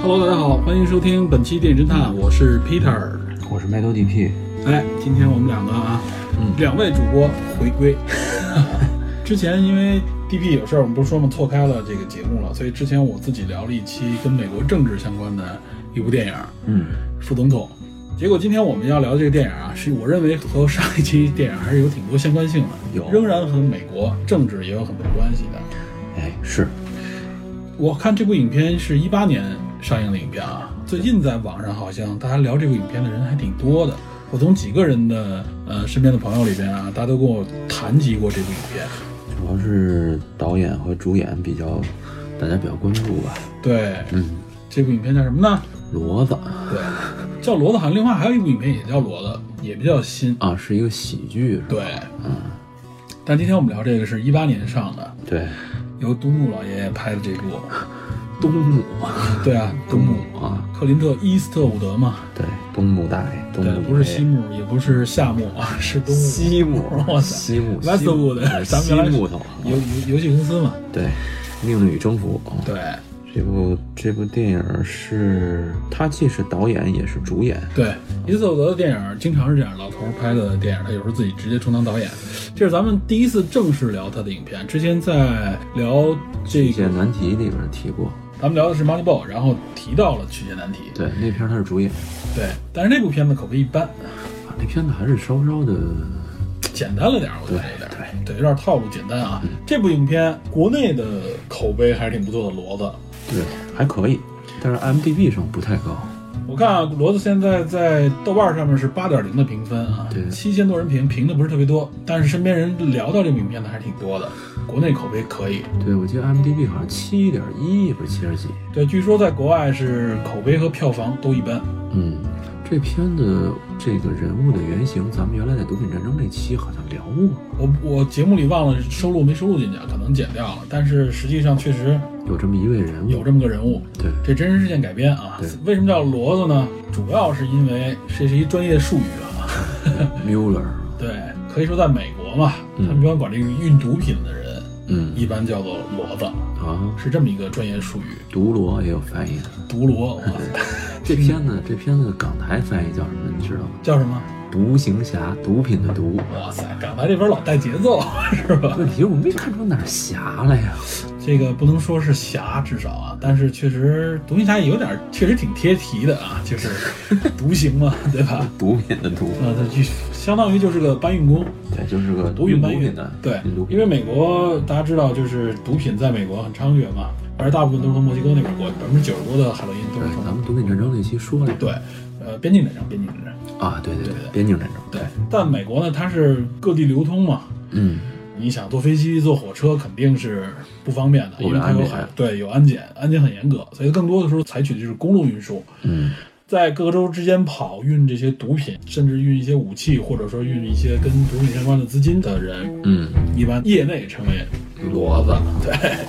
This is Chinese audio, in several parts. Hello，大家好，欢迎收听本期电影侦探，我是 Peter。我是麦兜 DP，哎，今天我们两个啊，两位主播回归。 之前因为 DP 有事儿，我们不是说嘛，错开了这个节目了，所以之前我自己聊了一期跟美国政治相关的一部电影，嗯，副总统。结果今天我们要聊的这个电影啊，是我认为和上一期电影还是有挺多相关性的，有仍然和美国政治也有很多关系的。哎，是，我看这部影片是一八年上映的影片啊，最近在网上好像大家聊这部影片的人还挺多的。我从几个人的呃身边的朋友里边啊，大家都跟我谈及过这部影片。主要是导演和主演比较，大家比较关注吧。对，嗯，这部影片叫什么呢？骡子对，叫《骡子》。好像另外还有一部影片也叫《骡子》，也比较新。啊，是一个喜剧，是吧？对，嗯。但今天我们聊这个是一八年上的，对，由杜牧老爷爷拍的这部。东木对啊，杜牧，啊，克林特·伊斯特伍德嘛。对，东木大爷，东对木，不是西木，也不是夏木啊，是东木。西木，哇塞西木 Westwood，咱们西原来木头，啊游游游戏公司嘛。对，命运与征服。啊对这部这部电影是他既是导演也是主演，对，伊斯特伍德的电影经常是这样，老头儿拍的电影，他有时候自己直接充当导演。这是咱们第一次正式聊他的影片，之前在聊这《个，解难题》里边提过，咱们聊的是《Moneyball》，然后提到了《曲线难题》对，那片儿他是主演。对，但是那部片子口碑一般，啊，那片子还是稍稍的，简单了点儿，我觉得有点儿，对，有点套路简单嗯啊。这部影片国内的口碑还是挺不错的，骡子。对，还可以，但是 IMDB 上不太高。我看啊，骡子现在在豆瓣上面是八点零的评分啊，对七千多人评，评的不是特别多，但是身边人聊到这部影片的还是挺多的，国内口碑可以。对，我记得 IMDB 好像七点一，不是七点几。对，据说在国外是口碑和票房都一般。嗯，这片子这个人物的原型，咱们原来在《毒品战争》那期好像聊过，我我节目里忘了收录没收录进去，啊，可能剪掉了，但是实际上确实有这么一位人物。有这么个人物，对，这真实事件改编啊对。为什么叫骡子呢？主要是因为这是一专业术语啊， Mueller。对，可以说在美国嘛，他们一般管这个运毒品的人嗯一般叫做骡子。啊，是这么一个专业术语，毒罗也有翻译的。毒罗，哇塞，这片子，这片子港台翻译叫什么？你知道吗？叫什么？独行侠，毒品的毒。哇塞，港台这边老带节奏， 是吧？问题是我没看出哪儿侠来呀。这个不能说是侠，至少啊，但是确实独行侠也有点，确实挺贴题的啊，就是独行嘛，对吧？毒品的毒。啊，他就相当于就是个搬运工，对，就是个毒运运搬运的，对运毒，因品。为美国大家知道，就是毒品在美国很猖獗嘛，而大部分都是从墨西哥那边过去，百分之九十多的海洛因都对是，咱从们毒品战争那期说了对，呃，边境战争，边境战争，啊，对对对对边境战争，对，但美国呢，它是各地流通嘛，嗯，你想坐飞机、坐火车肯定是不方便的，不因为它有安海检对有安检，安检很严格，所以更多的时候采取的就是公路运输，嗯，在各个州之间跑运这些毒品，甚至运一些武器，或者说运一些跟毒品相关的资金的人，嗯，一般业内称为骡子，对。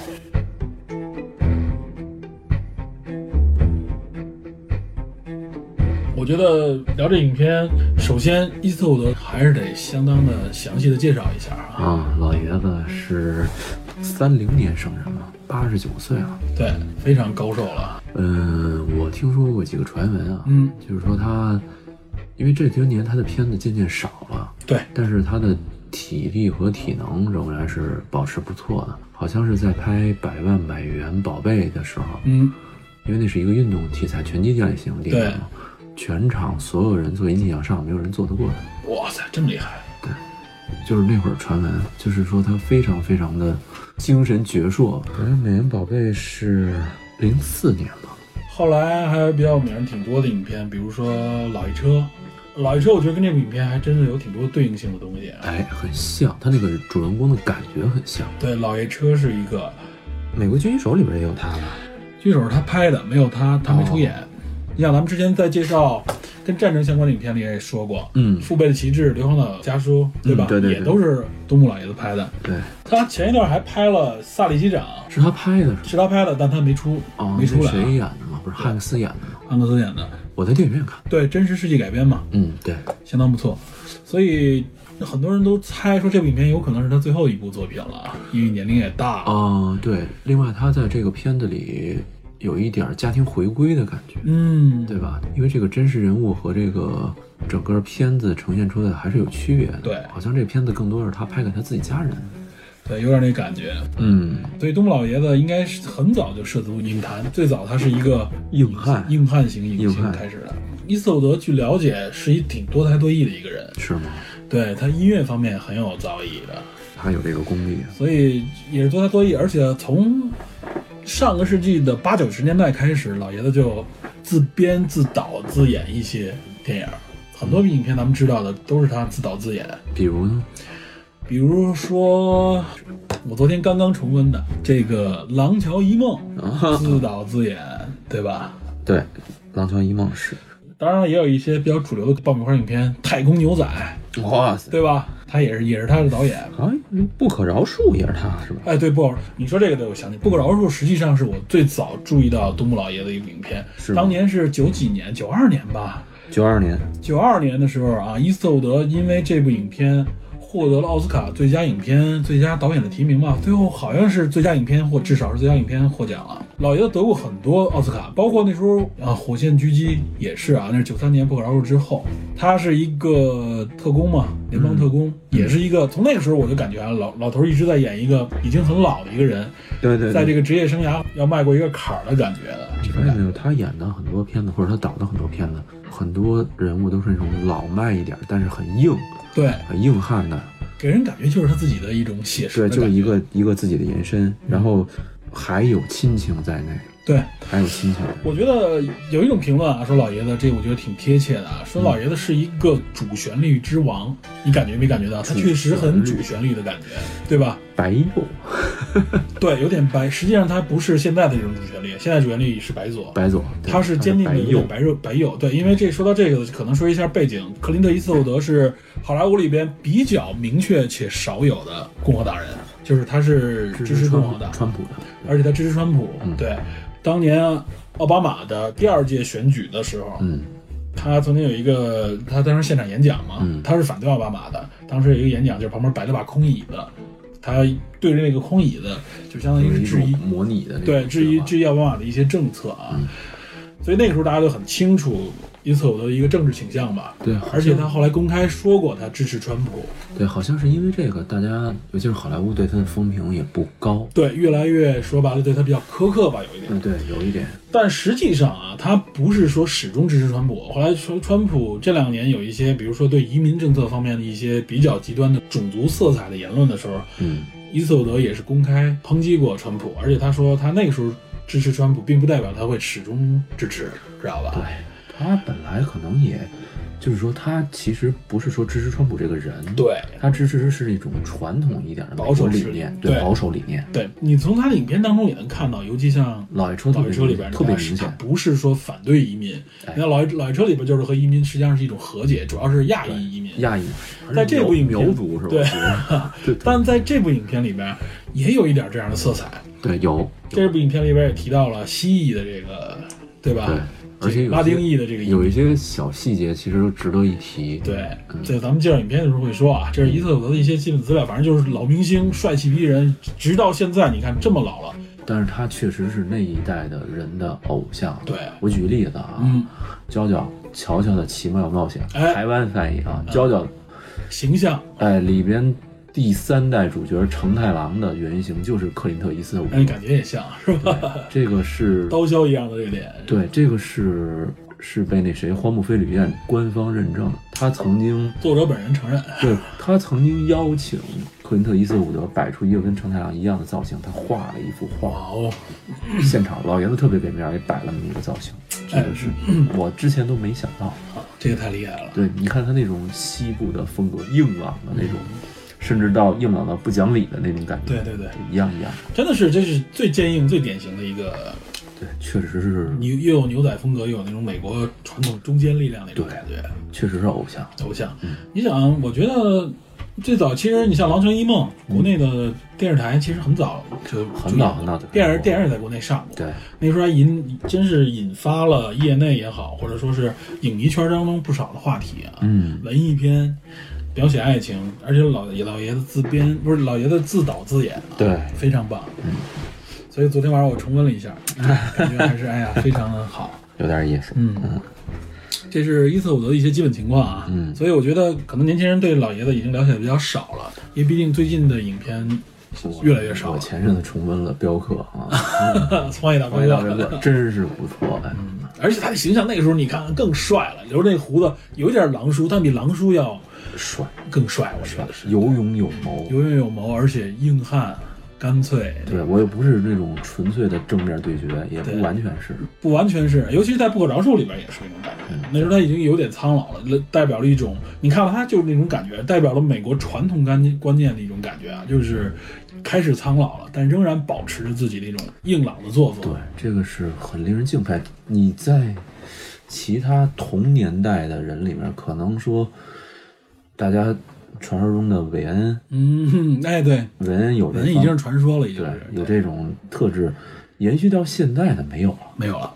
我觉得聊这影片，首先伊斯特伍德还是得相当的详细的介绍一下啊。啊，老爷子是三零年生人嘛，八十九岁了。对，非常高寿了。嗯，我听说过几个传闻啊，嗯，就是说他，因为这些年他的片子渐渐少了，对，但是他的体力和体能仍然是保持不错的，好像是在拍《百万百元宝贝》的时候，嗯，因为那是一个运动题材，拳击类型的电影嘛，全场所有人做引体向上，没有人做得过他。哇塞，这么厉害！就是那会儿传闻，就是说他非常非常的精神矍铄。百万哎美元宝贝是零四年吧？后来还有比较有名挺多的影片，比如说《老爷车》，《老爷车》我觉得跟这部影片还真的有挺多对应性的东西。啊哎，很像，他那个主人公的感觉很像。对，《老爷车》是一个，美国狙击手里边也有他吧？哦剧手是他拍的，没有他他没出演。你像咱们之前在介绍跟战争相关的影片里也说过，嗯父辈的旗帜》《流浪的家书》，对吧？嗯对对也对都是东木老爷子拍的。对，他前一段还拍了《萨利机长是他拍的是》，吧？是他拍的，但他没出，哦，没那出来、谁啊。演的嘛？不是汉克斯演的吗？安格斯演的，我在电影院看。对，真实事迹改编嘛，嗯，对，相当不错。所以很多人都猜说这部影片有可能是他最后一部作品了啊，因为年龄也大了。哦，对。另外，他在这个片子里有一点家庭回归的感觉，嗯，对吧？因为这个真实人物和这个整个片子呈现出来的还是有区别的。对好像这片子更多是他拍给他自己家人。对，有点那感觉。嗯，所以东木老爷子应该是很早就涉足影坛，最早他是一个硬汉硬汉型影硬星汉开始的。伊斯特伍德据了解是一挺多才多艺的一个人，是吗？对他音乐方面很有造诣的，他有这个功力。啊所以也是多才多艺。而且从上个世纪的八九十年代开始，老爷子就自编自导自演一些电影，很多影片咱们知道的都是他自导自演。比如呢？比如说，我昨天刚刚重温的这个《廊桥遗梦》，自导自演，对吧？啊对，《廊桥遗梦》是。当然了也有一些比较主流的爆米花影片，《太空牛仔》，哇塞！对吧？他也是也是他的导演。啊，不可饶恕也是他，是吧？哎，对，不可饶你说这个对我想起《嗯不可饶恕》，实际上是我最早注意到东木老爷的一部影片，是吗当年是九几年，九二年吧，九二年，九二年的时候啊，伊斯特伍德因为这部影片获得了奥斯卡最佳影片、最佳导演的提名嘛，最后好像是最佳影片或至少是最佳影片获奖了。老爷子得过很多奥斯卡，包括那时候啊，《火线狙击》也是啊，那是九三年《不可饶恕》之后，他是一个特工嘛，联邦特工，嗯也是一个从那个时候我就感觉啊，老老头一直在演一个已经很老的一个人，对对在这个职业生涯要迈过一个坎儿的感觉的这种发现感觉。没有，他演的很多片子，或者他导的很多片子，很多人物都是那种老迈一点，但是很硬、对，很硬汉的。给人感觉就是他自己的一种写实对，嗯的就是感一觉。个一个自己的延伸，然后还有亲情在内，对，还有亲情。我觉得有一种评论啊，说老爷子这我觉得挺贴切的啊，说老爷子是一个主旋律之王，你感觉没感觉到？他确实很主旋律的感觉，对吧？白幼，对，有点白。实际上他不是现在的这种主旋律，现在主旋律是白左，白左，对他是坚定白的有幼点，白右白右。对，因为这说到这个，可能说一下背景，克林特·伊斯特伍德是好莱坞里边比较明确且少有的共和党人，就是他是支持共和川党，川普的。而且他支持川普。嗯对，当年奥巴马的第二届选举的时候，嗯，他曾经有一个，他当时现场演讲嘛，嗯他是反对奥巴马的。当时有一个演讲，就是旁边摆了把空椅子，他对着那个空椅子，就相当于有是一质种疑，模拟的那种对质疑是吧嗯质疑奥巴马的一些政策啊。所以那个时候大家都很清楚伊斯特伍德的一个政治倾向吧。对好像而且他后来公开说过，他支持川普。对，好像是因为这个，大家尤其是好莱坞对他的风评也不高。对，越来越说白了，对他比较苛刻吧，有一点。嗯，对，有一点。但实际上啊，他不是说始终支持川普。后来说，川普这两年有一些，比如说对移民政策方面的一些比较极端的种族色彩的言论的时候，嗯，伊斯特伍德也是公开抨击过川普，而且他说他那个时候支持川普，并不代表他会始终支持，知道吧？对他本来可能也，就是说他其实不是说支持川普这个人，，对他支持的是一种传统一点的美保守国理势力念，对保守理念。对，你从他的影片当中也能看到，尤其像《老爷车特老别爷车》里明边，特别他是明他显，不是说反对移民，哎你看《老爷老爷车》里边就是和移民实际上是一种和解，主要是亚裔移民。亚裔，在这部影片苗族是吧？对我觉得 对对但在这部影片里边也有一点这样的色彩。对有这部影片里边也提到了蜥蜴的这个，对吧？对，而且有啊拉些丁裔的这个移民有一些小细节其实值得一嗯提。对，这咱们介绍影片的时候会说啊，这是伊特伍德的一些基本资料，反正就是老明星，帅气逼人，直到现在你看这么老了，但是他确实是那一代的人的偶像。对我举个例子啊，嗯，娇娇，乔乔的奇妙冒险，哎台湾翻译啊，娇娇，形象哎，里边第三代主角成太郎的原型就是克林特·伊斯特伍让你德，哎感觉也像是吧？这个是，刀削一样的这个脸，对，这个是是被那谁荒木飞吕彦官方认证，他曾经。作者本人承认，对他曾经邀请克林特·伊斯特伍德摆出一个跟成太郎一样的造型，他画了一幅画哇，哦，现场老爷子特别给面儿也摆了那么一个造型，这个哎是嗯我之前都没想到。啊好这个太厉害了。对，你看他那种西部的风格，硬朗的那种，甚至到硬朗到不讲理的那种感觉，嗯对对对，一样一样。真的是，这是最坚硬、最典型的一个对，确实是，你又有牛仔风格，又有那种美国传统中坚力量那种对感觉，确实是偶像。偶像。你想，我觉得最早其实你像《狼城一梦》，国内的电视台其实很早就嗯很早很早就电视电视啊在国内上过，对，那时候还引真是引发了业内也好，或者说是影迷圈当中不少的话题啊。嗯，文艺片描写爱情，而且老爷老爷子自编不是老爷子自导自演、啊，对嗯非常棒。所以昨天晚上我重温了一 下，感觉还是哎呀非常的好。有点意思。嗯，这是伊瑟伍德的一些基本情况啊。嗯所以我觉得可能年轻人对老爷子已经了解的比较少了，因为毕竟最近的影片越来越少我了。前阵子重温了镖客啊， 荒野大我镖觉得客，真是不错哎。而且他的形象那个时候你看更帅了，留着那胡子有点狼叔，但比狼叔要帅，更帅，我觉得是有勇有谋。游刃有谋，而且硬汉干脆，对我也不是那种纯粹的正面对决，也对不完全是。不完全是，尤其是在《不可饶恕》里边也是那种感觉。嗯那时候他已经有点苍老了，代表了一种，你看了他就是那种感觉，代表了美国传统观观念的一种感觉啊，就是开始苍老了，但仍然保持着自己那种硬朗的做对风。，这个是很令人敬佩。你在其他同年代的人里面，可能说大家传说中的韦恩，嗯，哎，对，韦恩有这人已方经是传说了，已经对是有这种特质，延续到现在的没有了，没有了。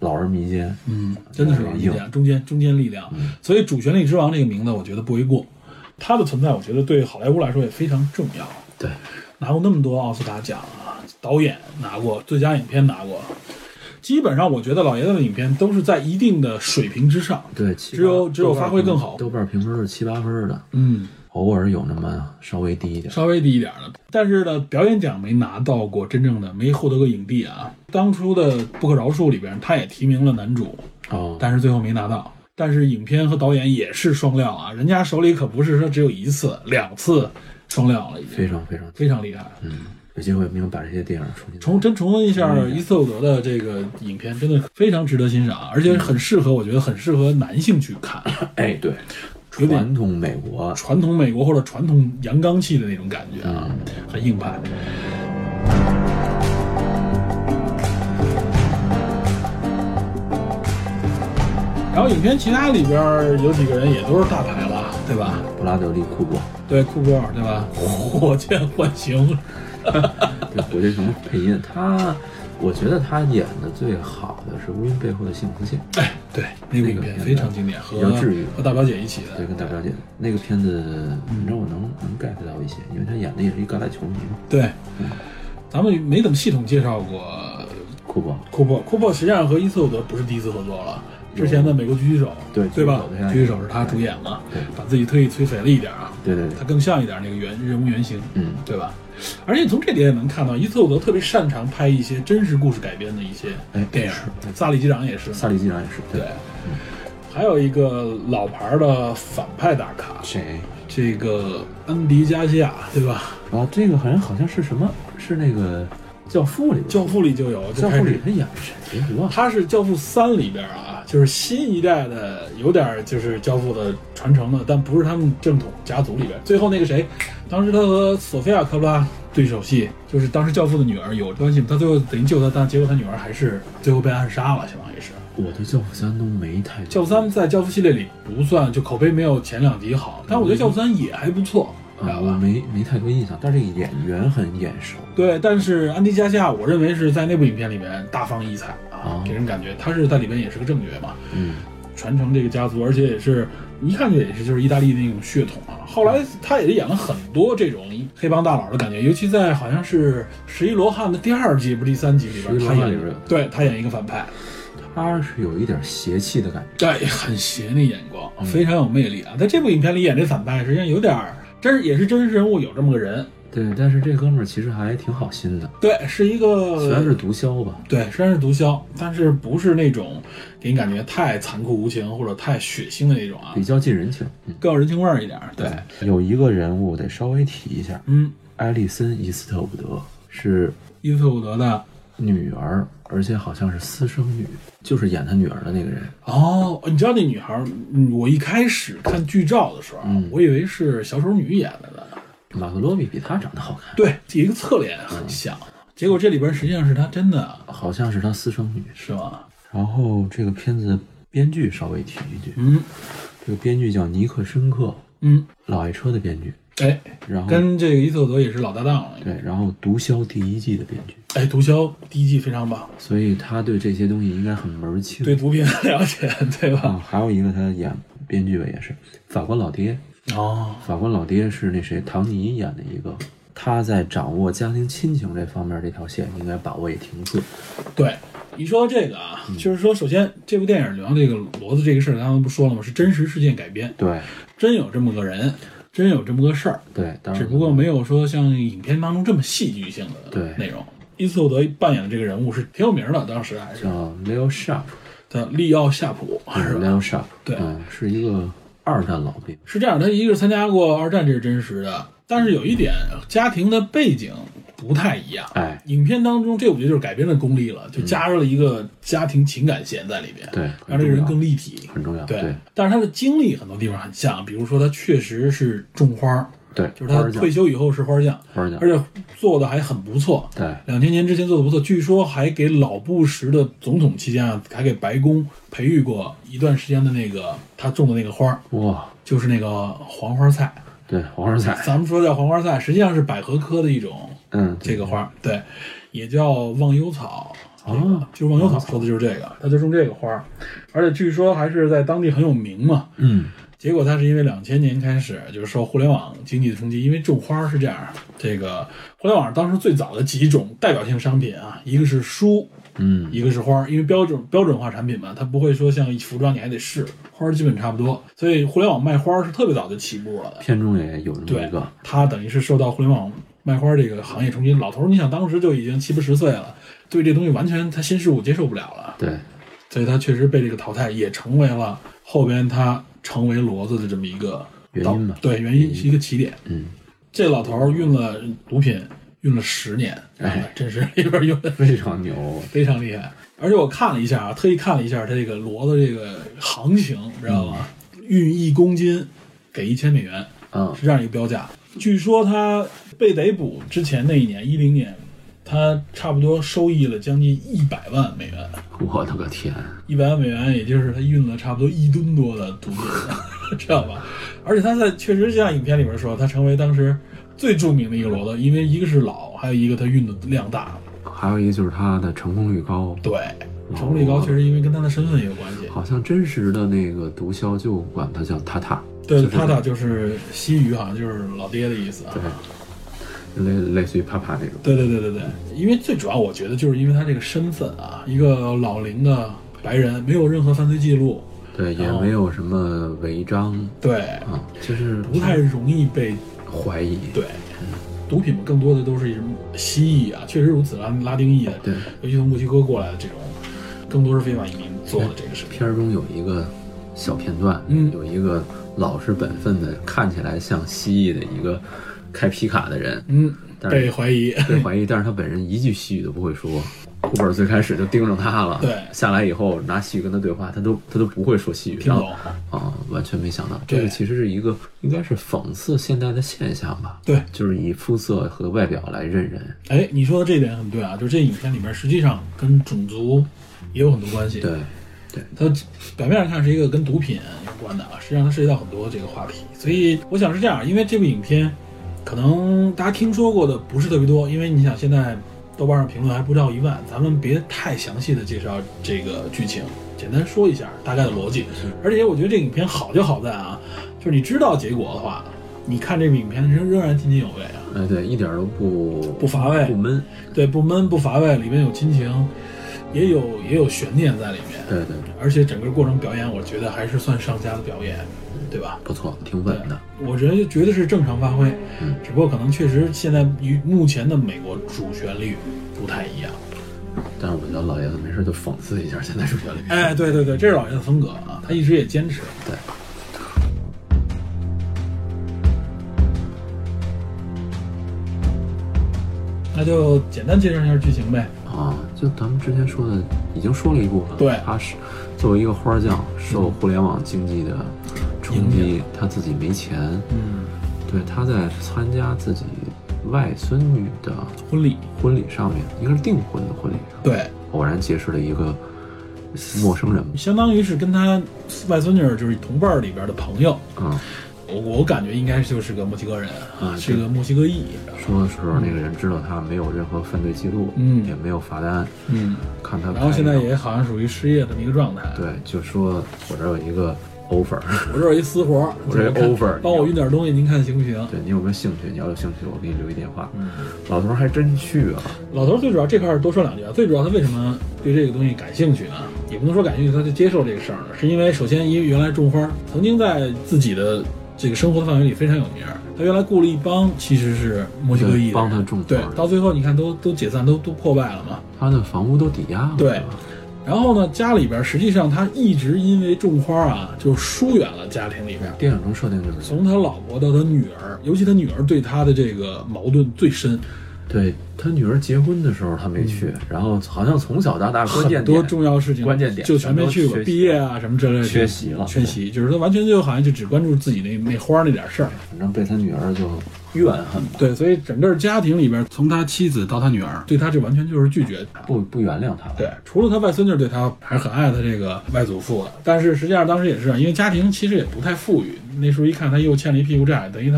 老而弥坚。嗯，真的是有嗯有力点硬量，中间中间力量。所以“主旋律之王”这个名字，我觉得不为过。它的存在，我觉得对好莱坞来说也非常重要。对，拿过那么多奥斯卡奖啊，导演拿过，最佳影片拿过。基本上，我觉得老爷子的影片都是在一定的水平之上。对，七只有八只有豆瓣发挥评更好豆瓣评分是七八分的，嗯，偶尔有那么稍微低一点。稍微低一点的，但是呢，表演奖没拿到过真正的，没获得过影帝啊。当初的《不可饶恕》里边，他也提名了男主，哦，但是最后没拿到。但是影片和导演也是双料啊，人家手里可不是说只有一次、两次双料了，已经非常非常，非常厉害。嗯，有机会我们把这些电影重新重真重温一下伊瑟伍德的这个影片，真的非常值得欣赏，啊而且很适合，我觉得很适合男性去 看，哎对，有点传统美国传统美国或者传统阳刚气的那种感觉啊，嗯很硬派。然后影片其他里边儿有几个人也都是大牌了，对吧？布拉德利库珀，对，库珀，对吧？嗯火箭浣熊，对火箭熊配音，他我觉得他演的最好的是《乌云背后的幸福线》，哎，对，那部那影个片片非子常经典，和比较治愈和大表姐一起的，对，跟大表姐那个片子，你知道我能能 get 到一些，因为他演的也是一橄榄球迷嘛，对，咱们没怎么系统介绍过库珀。库珀。库珀实际上和伊瑟伍德不是第一次合作了，之前的《美国狙击手》对对吧狙击手？对狙击手是他主演嘛对，把自己特意催肥了一点啊，对对对他，更像一点那个原人物原型，嗯，对吧？而且从这点也能看到，伊瑟伍德特别擅长拍一些真实故事改编的一些哎电影是，萨利机长也是，萨利机长也是，对，。还有一个老牌的反派打卡，谁？这个安迪加西亚，对吧？然后这个好像好像是什么？是那个《教父》里边， 《 《教父》里就有，就教父开》始里他演的谁？我忘了。他是《教父三》里边啊，就是新一代的，有点儿就是《教父》的传承的，但不是他们正统家族里边。最后那个谁，当时他和索菲亚·科波拉对手戏，就是当时《教父》的女儿有关系嘛，他最后等于救他，但结果他女儿还是最后被暗杀了，相当于是。我对《教父三》都没太《教父三》在《教父》系列里不算，就口碑没有前两集好，但我觉得《教父三》也还不错，知啊，道我吧？没没太多印象，但是演员很眼熟。对，但是安迪·加西亚，我认为是在那部影片里面大放异彩啊哦，给人感觉他是在里边也是个正角嘛。嗯，传承这个家族，而且也是一看就也是就是意大利那种血统啊。后来他也演了很多这种黑帮大佬的感觉，尤其在好像是《十一罗汉》的第二季不是第三集里边，十一罗他汉演里边对他演一个反派，他是有一点邪气的感觉。对，很邪那眼光，嗯非常有魅力啊。在这部影片里演这反派，实际上有点儿真是也是真实人物有这么个人，对，但是这哥们儿其实还挺好心的，对，是一个虽然是毒枭吧，对，虽然是毒枭，但是不是那种给你感觉太残酷无情或者太血腥的那种啊比，较近人情。嗯，更有人情味儿一点儿。对，有一个人物得稍微提一下，嗯，艾丽森·伊斯特伍德是伊特伍德的女儿，而且好像是私生女，就是演他女儿的那个人。哦，你知道那女孩儿，嗯我一开始看剧照的时候啊，嗯我以为是小丑女演的呢。马克罗比比他长得好看。嗯对，一个侧脸很像，结果这里边实际上是他真的，好像是他私生女。是吧？然后这个片子编剧稍微提一句，嗯这个编剧叫尼克申克，嗯，老爱车的编剧，哎，然后跟这个伊索德也是老搭档了。哦对，然后毒枭第一季的编剧，哎，毒枭第一季非常棒，所以他对这些东西应该很门儿清。对毒品的了解， 对吧？啊，还有一个他演编剧吧也是法官老爹，哦，法官老爹是那谁唐尼演的一个，他在掌握家庭亲情这方面这条线应该把握也挺准。对，你说这个啊，嗯就是说，首先这部电影里头这个骡子这个事儿，刚刚不说了吗？是真实事件改编，对真有这么个人，真有这么个事儿，对，当然只不过没有说像影片当中这么戏剧性的对内容。伊斯特德扮演的这个人物是挺有名的，当时还是叫 Leo Sharp，叫利奥夏普，是是吧？ Leo Sharp，对嗯，是一个二战老兵。是这样，他一个是参加过二战，这是真实的，但是有一点，家庭的背景不太一样。哎，影片当中，这我觉得就是改编的功力了，就加入了一个家庭情感线在里边，嗯对让这个人很重要更立体。很重要。对对，但是他的经历很多地方很像，比如说他确实是种花儿，对，就是他退休，休以后是花匠，花儿匠而且做的还很不错。对两千年之前做的不错，据说还给老布什的总统期间啊，还给白宫培育过一段时间的那个他种的那个花儿，哇，就是那个黄花菜。对黄花菜，咱们说叫黄花菜，实际上是百合科的一种 嗯，这个花儿，对，也叫忘忧草。啊，就是忘忧草说的就是这个，他就种这个花儿，而且据说还是在当地很有名嘛。嗯，结果它是因为两千年开始，就是受互联网经济的冲击，因为种花是这样，这个互联网当时最早的几种代表性商品啊，一个是书，嗯，一个是花，因为标准标准化产品嘛，它不会说像服装你还得试，花基本差不多，所以互联网卖花是特别早就起步了的。片中也有这么对一个，，它等于是受到互联网卖花这个行业冲击，老头儿你想当时就已经七八十岁了，对这东西完全他新事物接受不了了，对，所以他确实被这个淘汰，也成为了后边他成为骡子的这么一个原导因吧对，原因是一个起点。嗯，这老头儿运了毒品，运了十年，哎，真是 里边运的非常牛，非常厉害。而且我看了一下啊，特意看了一下他这个骡子这个行情，知道吗？运一公斤给一千美元，嗯是这样一个标价。据说他被逮捕之前那一年，一零年，他差不多收益了将近一百万美元。我的个天，一百万美元，也就是他运了差不多一吨多的毒品，知道吧？而且他在确实像影片里边说，他成为当时最著名的一个骡子，因为一个是老，还有一个他运的量大。还有一个就是他的成功率高，对，成功率高确实因为跟他的身份也有关系。好像真实的那个毒枭就管他叫塔塔，对，就是他俩就是西语，好像就是老爹的意思啊。对，类类似于帕帕那种，对对对对对，因为最主要我觉得就是因为他这个身份啊，一个老龄的白人，没有任何犯罪记录，对，也没有什么违章对，啊，就是不太容易被怀疑，对，毒品嘛，更多的都是西裔啊，确实如此，拉拉丁裔的，对，尤其从墨西哥过来的这种，更多是非法移民做的这个事情。片儿中有一个小片段，嗯有一个老实本分的，看起来像蜥蜴的一个开皮卡的人，嗯，但是被怀疑，被怀疑，但是他本人一句西语都不会说。库本最开始就盯上他了，对下来以后拿西语跟他对话，他都他都不会说西语，听然不后懂。啊、完全没想到，这个对其实是一个应该是讽刺现代的现象吧，对，就是以肤色和外表来认人，哎，你说的这一点很对啊，就是这影片里面实际上跟种族也有很多关系。对，它表面上看是一个跟毒品有关的啊，实际上它涉及到很多这个话题。所以我想是这样，因为这部影片可能大家听说过的不是特别多，因为你想现在豆瓣上评论还不到一万，咱们别太详细的介绍这个剧情，简单说一下大概的逻辑。而且我觉得这个影片好就好在啊，就是你知道结果的话，你看这部影片仍仍然津津有味啊。哎对，一点都不不乏味不闷，对，不闷不乏味，里面有亲情，也有也有悬念在里面。对对，而且整个过程表演，我觉得还是算上佳的表演，对吧？不错，挺稳的，我觉得觉得是正常发挥嗯，只不过可能确实现在与目前的美国主旋律不太一样。但是我觉得老爷子没事就讽刺一下现在主旋律，哎，对对对，这是老爷子风格啊，他一直也坚持。嗯对。那就简单介绍一下剧情呗。啊，就咱们之前说的，已经说了一部分。对他是作为一个花匠，受互联网经济的冲影击，他自己没钱。嗯，对，他在参加自己外孙女的婚礼，婚礼上面，应该是订婚的婚礼上，对，偶然结识了一个陌生人相当于是跟他外孙女儿就是同辈儿里边的朋友，啊、我我感觉应该就是个墨西哥人啊是个墨西哥裔，说的时候，那个人知道他没有任何犯罪记录，嗯也没有罚单，嗯，看他，然后现在也好像属于失业这么一个状态，对，就说我这儿有一个 offer， 我这儿有一私活儿，我这就是看 over，帮我运点东西，您看行不行？对你有没有兴趣？你要有兴趣，我给你留一电话。老头儿还真去啊，老头儿最主要这块儿多说两句啊，最主要他为什么对这个东西感兴趣啊？也不能说感兴趣，他就接受这个事儿了，是因为首先因为原来种花儿，曾经在自己的这个生活的范围里非常有名儿。他原来雇了一帮其实是墨西哥裔的人对帮他种花对儿，到最后你看都都解散，都都破败了嘛。他的房屋都抵押了，对然后呢，家里边儿实际上他一直因为种花儿啊，就疏远了家庭里边儿。电影中设定就是这样从他老婆到他女儿，尤其他女儿对他的这个矛盾最深，对他女儿结婚的时候他没去，然后好像从小到大关嗯键很多点重要事情关键点就全没去过，全都缺席毕业啊什么之类的缺席了缺席就是他完全就好像就只关注自己那那花儿那点事儿。反正被他女儿就怨恨吧，对，所以整个家庭里边，从他妻子到他女儿，对他这完全就是拒绝。不不原谅他了。对，除了他外孙女对他还是很爱他这个外祖父的，但是实际上当时也是，因为家庭其实也不太富裕，那时候一看他又欠了一屁股债，等于他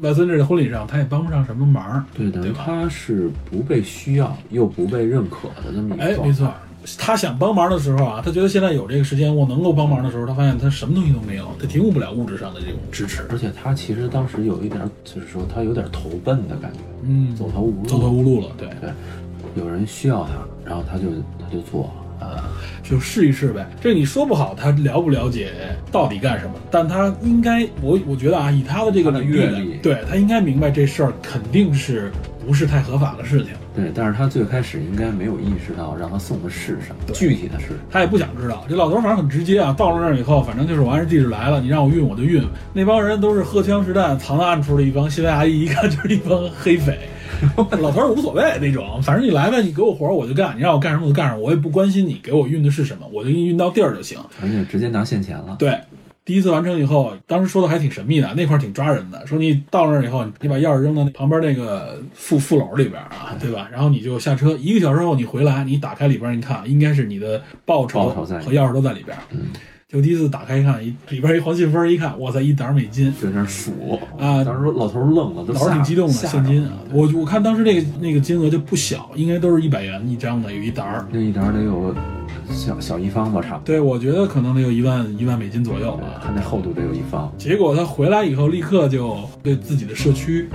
外孙女的婚礼上他也帮不上什么忙。对的，对吧他是不被需要又不被认可的这么一哎个，状没态。错，他想帮忙的时候啊，他觉得现在有这个时间，我能够帮忙的时候，他发现他什么东西都没有，他提供不了物质上的这种支持。而且他其实当时有一点儿，就是说他有点儿投奔的感觉，嗯，走投无路。走投无路了，对，对，有人需要他，然后他就他就做了。啊，就试一试呗。这你说不好他了不了解到底干什么，但他应该，我我觉得啊，以他的这个他的能力阅呢历对他应该明白这事儿肯定是不是太合法的事情，对，但是他最开始应该没有意识到让他送的是什么，具体的是什么。他也不想知道。这老头儿反正很直接啊，到了那儿以后，反正就是我按着地址来了，你让我运我就运。那帮人都是荷枪实弹、藏在暗处的一帮西班牙裔，一看 就是一帮黑匪。老头儿无所谓那种，反正你来呗，你给我活儿我就干，你让我干什么我就干什么，我也不关心你给我运的是什么，我就给你运到地儿就行。而且直接拿现钱了。对，第一次完成以后，当时说的还挺神秘的，那块儿挺抓人的。说你到那儿以后，你把钥匙扔到那旁边那个副副篓里边儿嗯啊，对吧？然后你就下车，一个小时后你回来，你打开里边儿，你看应该是你的报酬报酬在里嗯和钥匙都在里边儿。就第一次打开一看，一里边儿一黄信封儿，一看，哇塞，一沓美金。就在那儿数啊当时说老头愣了，都老师挺激动的，吓现金啊！我我看当时那个那个金额就不小，应该都是一百元一张的，有一沓儿。那一沓得有小小一方吧，差不多。对，我觉得可能得有一万一万美金左右吧。他那厚度得有一方。结果他回来以后，立刻就对自己的社区、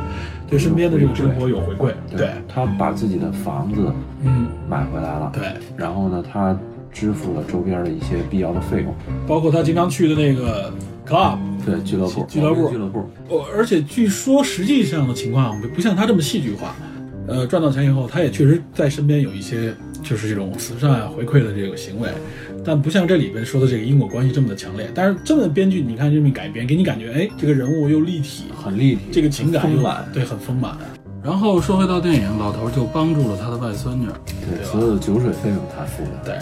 对身边的这种生活有回馈。对，他把自己的房子嗯，买回来了，对，然后呢，他支付了周边的一些必要的费用，包括他经常去的那个 club，对俱乐部，俱乐部黄金俱乐部，哦，而且据说实际上的情况不像他这么戏剧化。呃，赚到钱以后，他也确实在身边有一些就是这种慈善啊、回馈的这个行为，但不像这里边说的这个因果关系这么的强烈。但是这么编剧，你看这么一改编，给你感觉，哎，这个人物又立体，很立体，这个情感很又丰满，对，很丰满。然后说回到电影，老头就帮助了他的外孙女，对，所有的酒水费用他付的，对，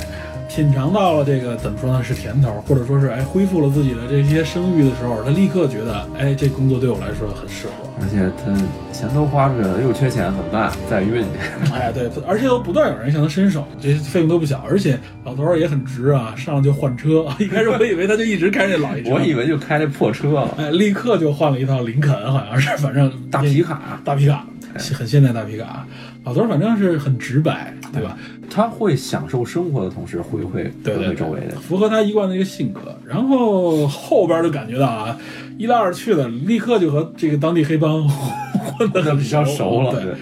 品尝到了这个怎么说呢，是甜头，或者说是哎恢复了自己的这些声誉的时候，他立刻觉得哎这工作对我来说很适 合，而且他钱都花出去了，又缺钱怎么办？再运去，哎对，而且又不断有人向他伸手，这费用都不小，而且老头儿也很直啊，上来就换车，啊一开始我以为他就一直开这 老爷车，我以为就开那破车了，哎立刻就换了一套林肯，好像是，反 正大皮卡，大皮卡，很现代大皮卡，啊老头儿反正是很直白，对吧？他会享受生活的同时回馈对回对对馈周围的人，符合他一贯的一个性格。然后后边就感觉到啊，一来二去的，立刻就和这个当地黑帮混得那很比较熟了，对，对，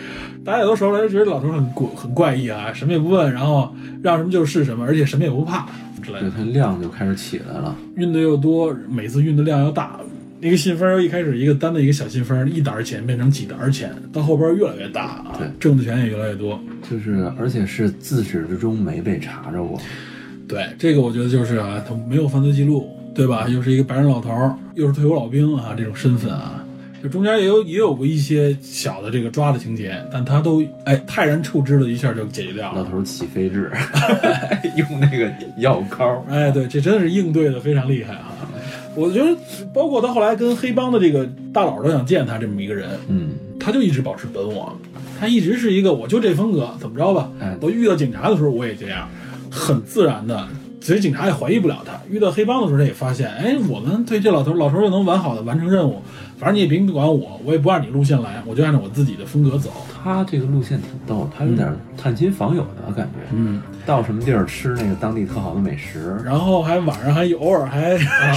大家也都熟了，就觉得老头很怪很怪异啊，什么也不问，然后让什么就是什么，而且什么也不怕之类对的。他量就开始起来了，运的又多，每次运的量又大。那个信封由一开始一个单的一个小信封，一沓儿钱变成几沓儿钱，到后边越来越大啊对，挣的钱也越来越多。就是而且是自始至终没被查着过，对，这个我觉得就是啊，他没有犯罪记录，对吧？又是一个白人老头儿，又是退休老兵啊，这种身份啊，就中间也有也有过一些小的这个抓的情节，但他都哎泰然处之的一下就解决掉老了。头起飞智， 用那个药膏，哎，对，这真的是应对的非常厉害啊！我觉得，包括他后来跟黑帮的这个大佬都想见他这么一个人，嗯，他就一直保持本我，他一直是一个我就这风格，怎么着吧哎？我遇到警察的时候我也这样，很自然的，所以警察也怀疑不了他。遇到黑帮的时候，他也发现，哎，我们对这老头，老头又能完好的完成任务，反正你也别管我，我也不按你路线来，我就按照我自己的风格走。他这个路线挺逗，他嗯有点探亲访友的感觉。嗯，到什么地儿吃那个当地特好的美食，然后还晚上还有偶尔还啊，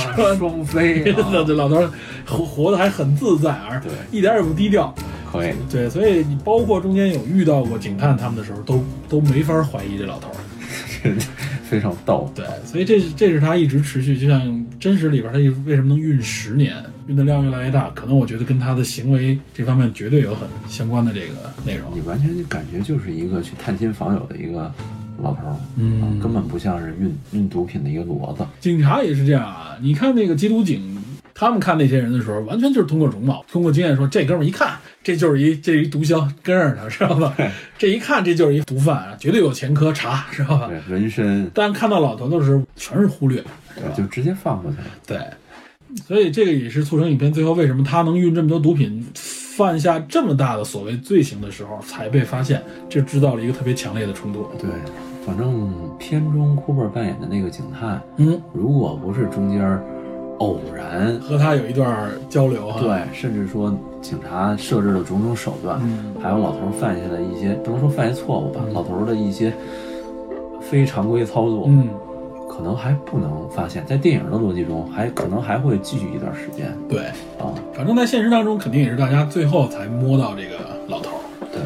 双飞、啊，那 这老头儿活活得还很自在，而对一点儿也不低调。可以。对，所以你包括中间有遇到过警探他们的时候，都都没法怀疑这老头儿。 非常逗。对，所以这是这是他一直持续，就像真实里边儿他一为什么能运十年，运的量越来越大，可能我觉得跟他的行为这方面绝对有很相关的这个内容你。完全就感觉就是一个去探亲访友的一个老头儿，嗯啊根本不像是运运毒品的一个骡子。警察也是这样啊，你看那个缉毒警。他们看那些人的时候，完全就是通过容貌，通过经验说，这哥们儿一看，这就是一这一毒枭，跟着他，知道吧？这一看，这就是一毒贩，啊绝对有前科查，知道吧？对，人参，但看到老头的时候，全是忽略，对，就直接放过去了。对，所以这个也是促成影片最后为什么他能运这么多毒品，犯下这么大的所谓罪行的时候才被发现，这制造了一个特别强烈的冲突。对，反正片中库珀扮演的那个警探，嗯，如果不是中间儿偶然，和他有一段交流哈，，对，甚至说警察设置的种种手段，嗯还有老头儿犯下的一些不能说犯下错误吧，老头儿的一些非常规操作，嗯，可能还不能发现，在电影的逻辑中还可能还会继续一段时间对，啊。反正在现实当中肯定也是大家最后才摸到这个老头儿。对，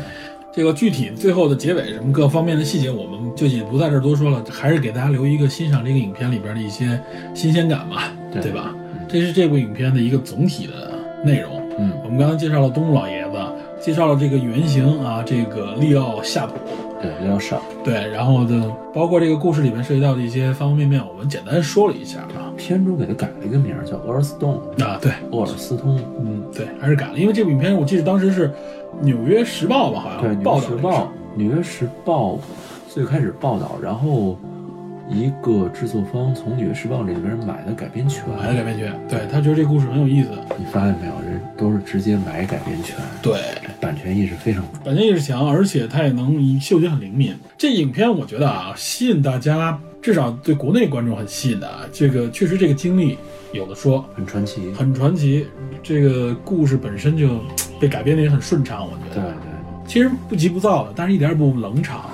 这个具体最后的结尾什么各方面的细节，我们就也不在这儿多说了，还是给大家留一个欣赏这个影片里边的一些新鲜感吧，对对吧？这是这部影片的一个总体的内容。嗯我们刚刚介绍了东木老爷子，介绍了这个原型啊，这个利奥夏普，对，比较少。对，然后呢，包括这个故事里面涉及到的一些方方面面，我们简单说了一下啊。片中给他改了一个名儿叫厄尔斯通，啊，对，厄尔斯通。嗯，对，还是改了，因为这部影片我记得当时是《纽约时报》吧，好对，《像纽啊报约道这个事时报儿》， 《纽约时报》最开始报道，然后一个制作方从《纽约时报》里边买的改编权。买了改编权，对他觉得这故事很有意思，你发现没有，人都是直接买改编权，对，版权意识非常重。本身意识强，而且它也能嗅觉很灵敏。这影片我觉得啊，吸引大家，至少对国内观众很吸引的啊。这个确实这个经历有的说，很传奇。很传奇。这个故事本身就嘖被改编的也很顺畅，我觉对得。对，其实不急不躁的，但是一点也不冷场。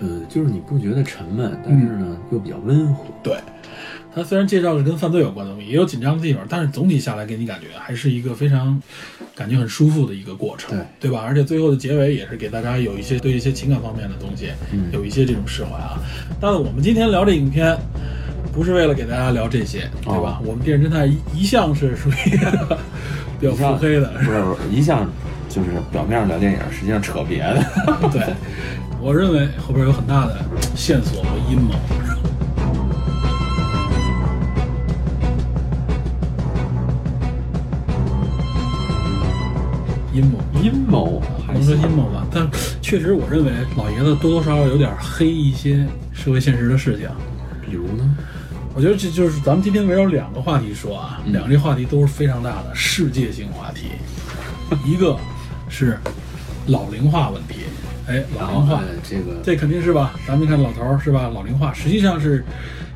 呃，就是你不觉得沉闷，但是呢又比较温和。对，它虽然介绍是跟犯罪有关的东西，也有紧张的地方，但是总体下来给你感觉还是一个非常感觉很舒服的一个过程，对吧？而且最后的结尾也是给大家有一些对一些情感方面的东西，嗯有一些这种释怀啊。但是我们今天聊这影片。不是为了给大家聊这些，对哦吧？我们电视侦探一一向是属于 比较腹黑 的，不是不是，一向就是表面上聊电影，实际上扯别的。 对，我认为后边有很大的线索和阴谋。 阴谋，阴谋还能说行阴谋吧，但确实我认为老爷子多多少少有点黑一些社会现实的事情。比如呢？我觉得这就是咱们今天围绕两个话题说啊，两个这话题都是非常大的世界性话题，一个是老龄化问题，哎，老龄化呃，这个这肯定是吧？咱们看老头儿是吧？老龄化实际上是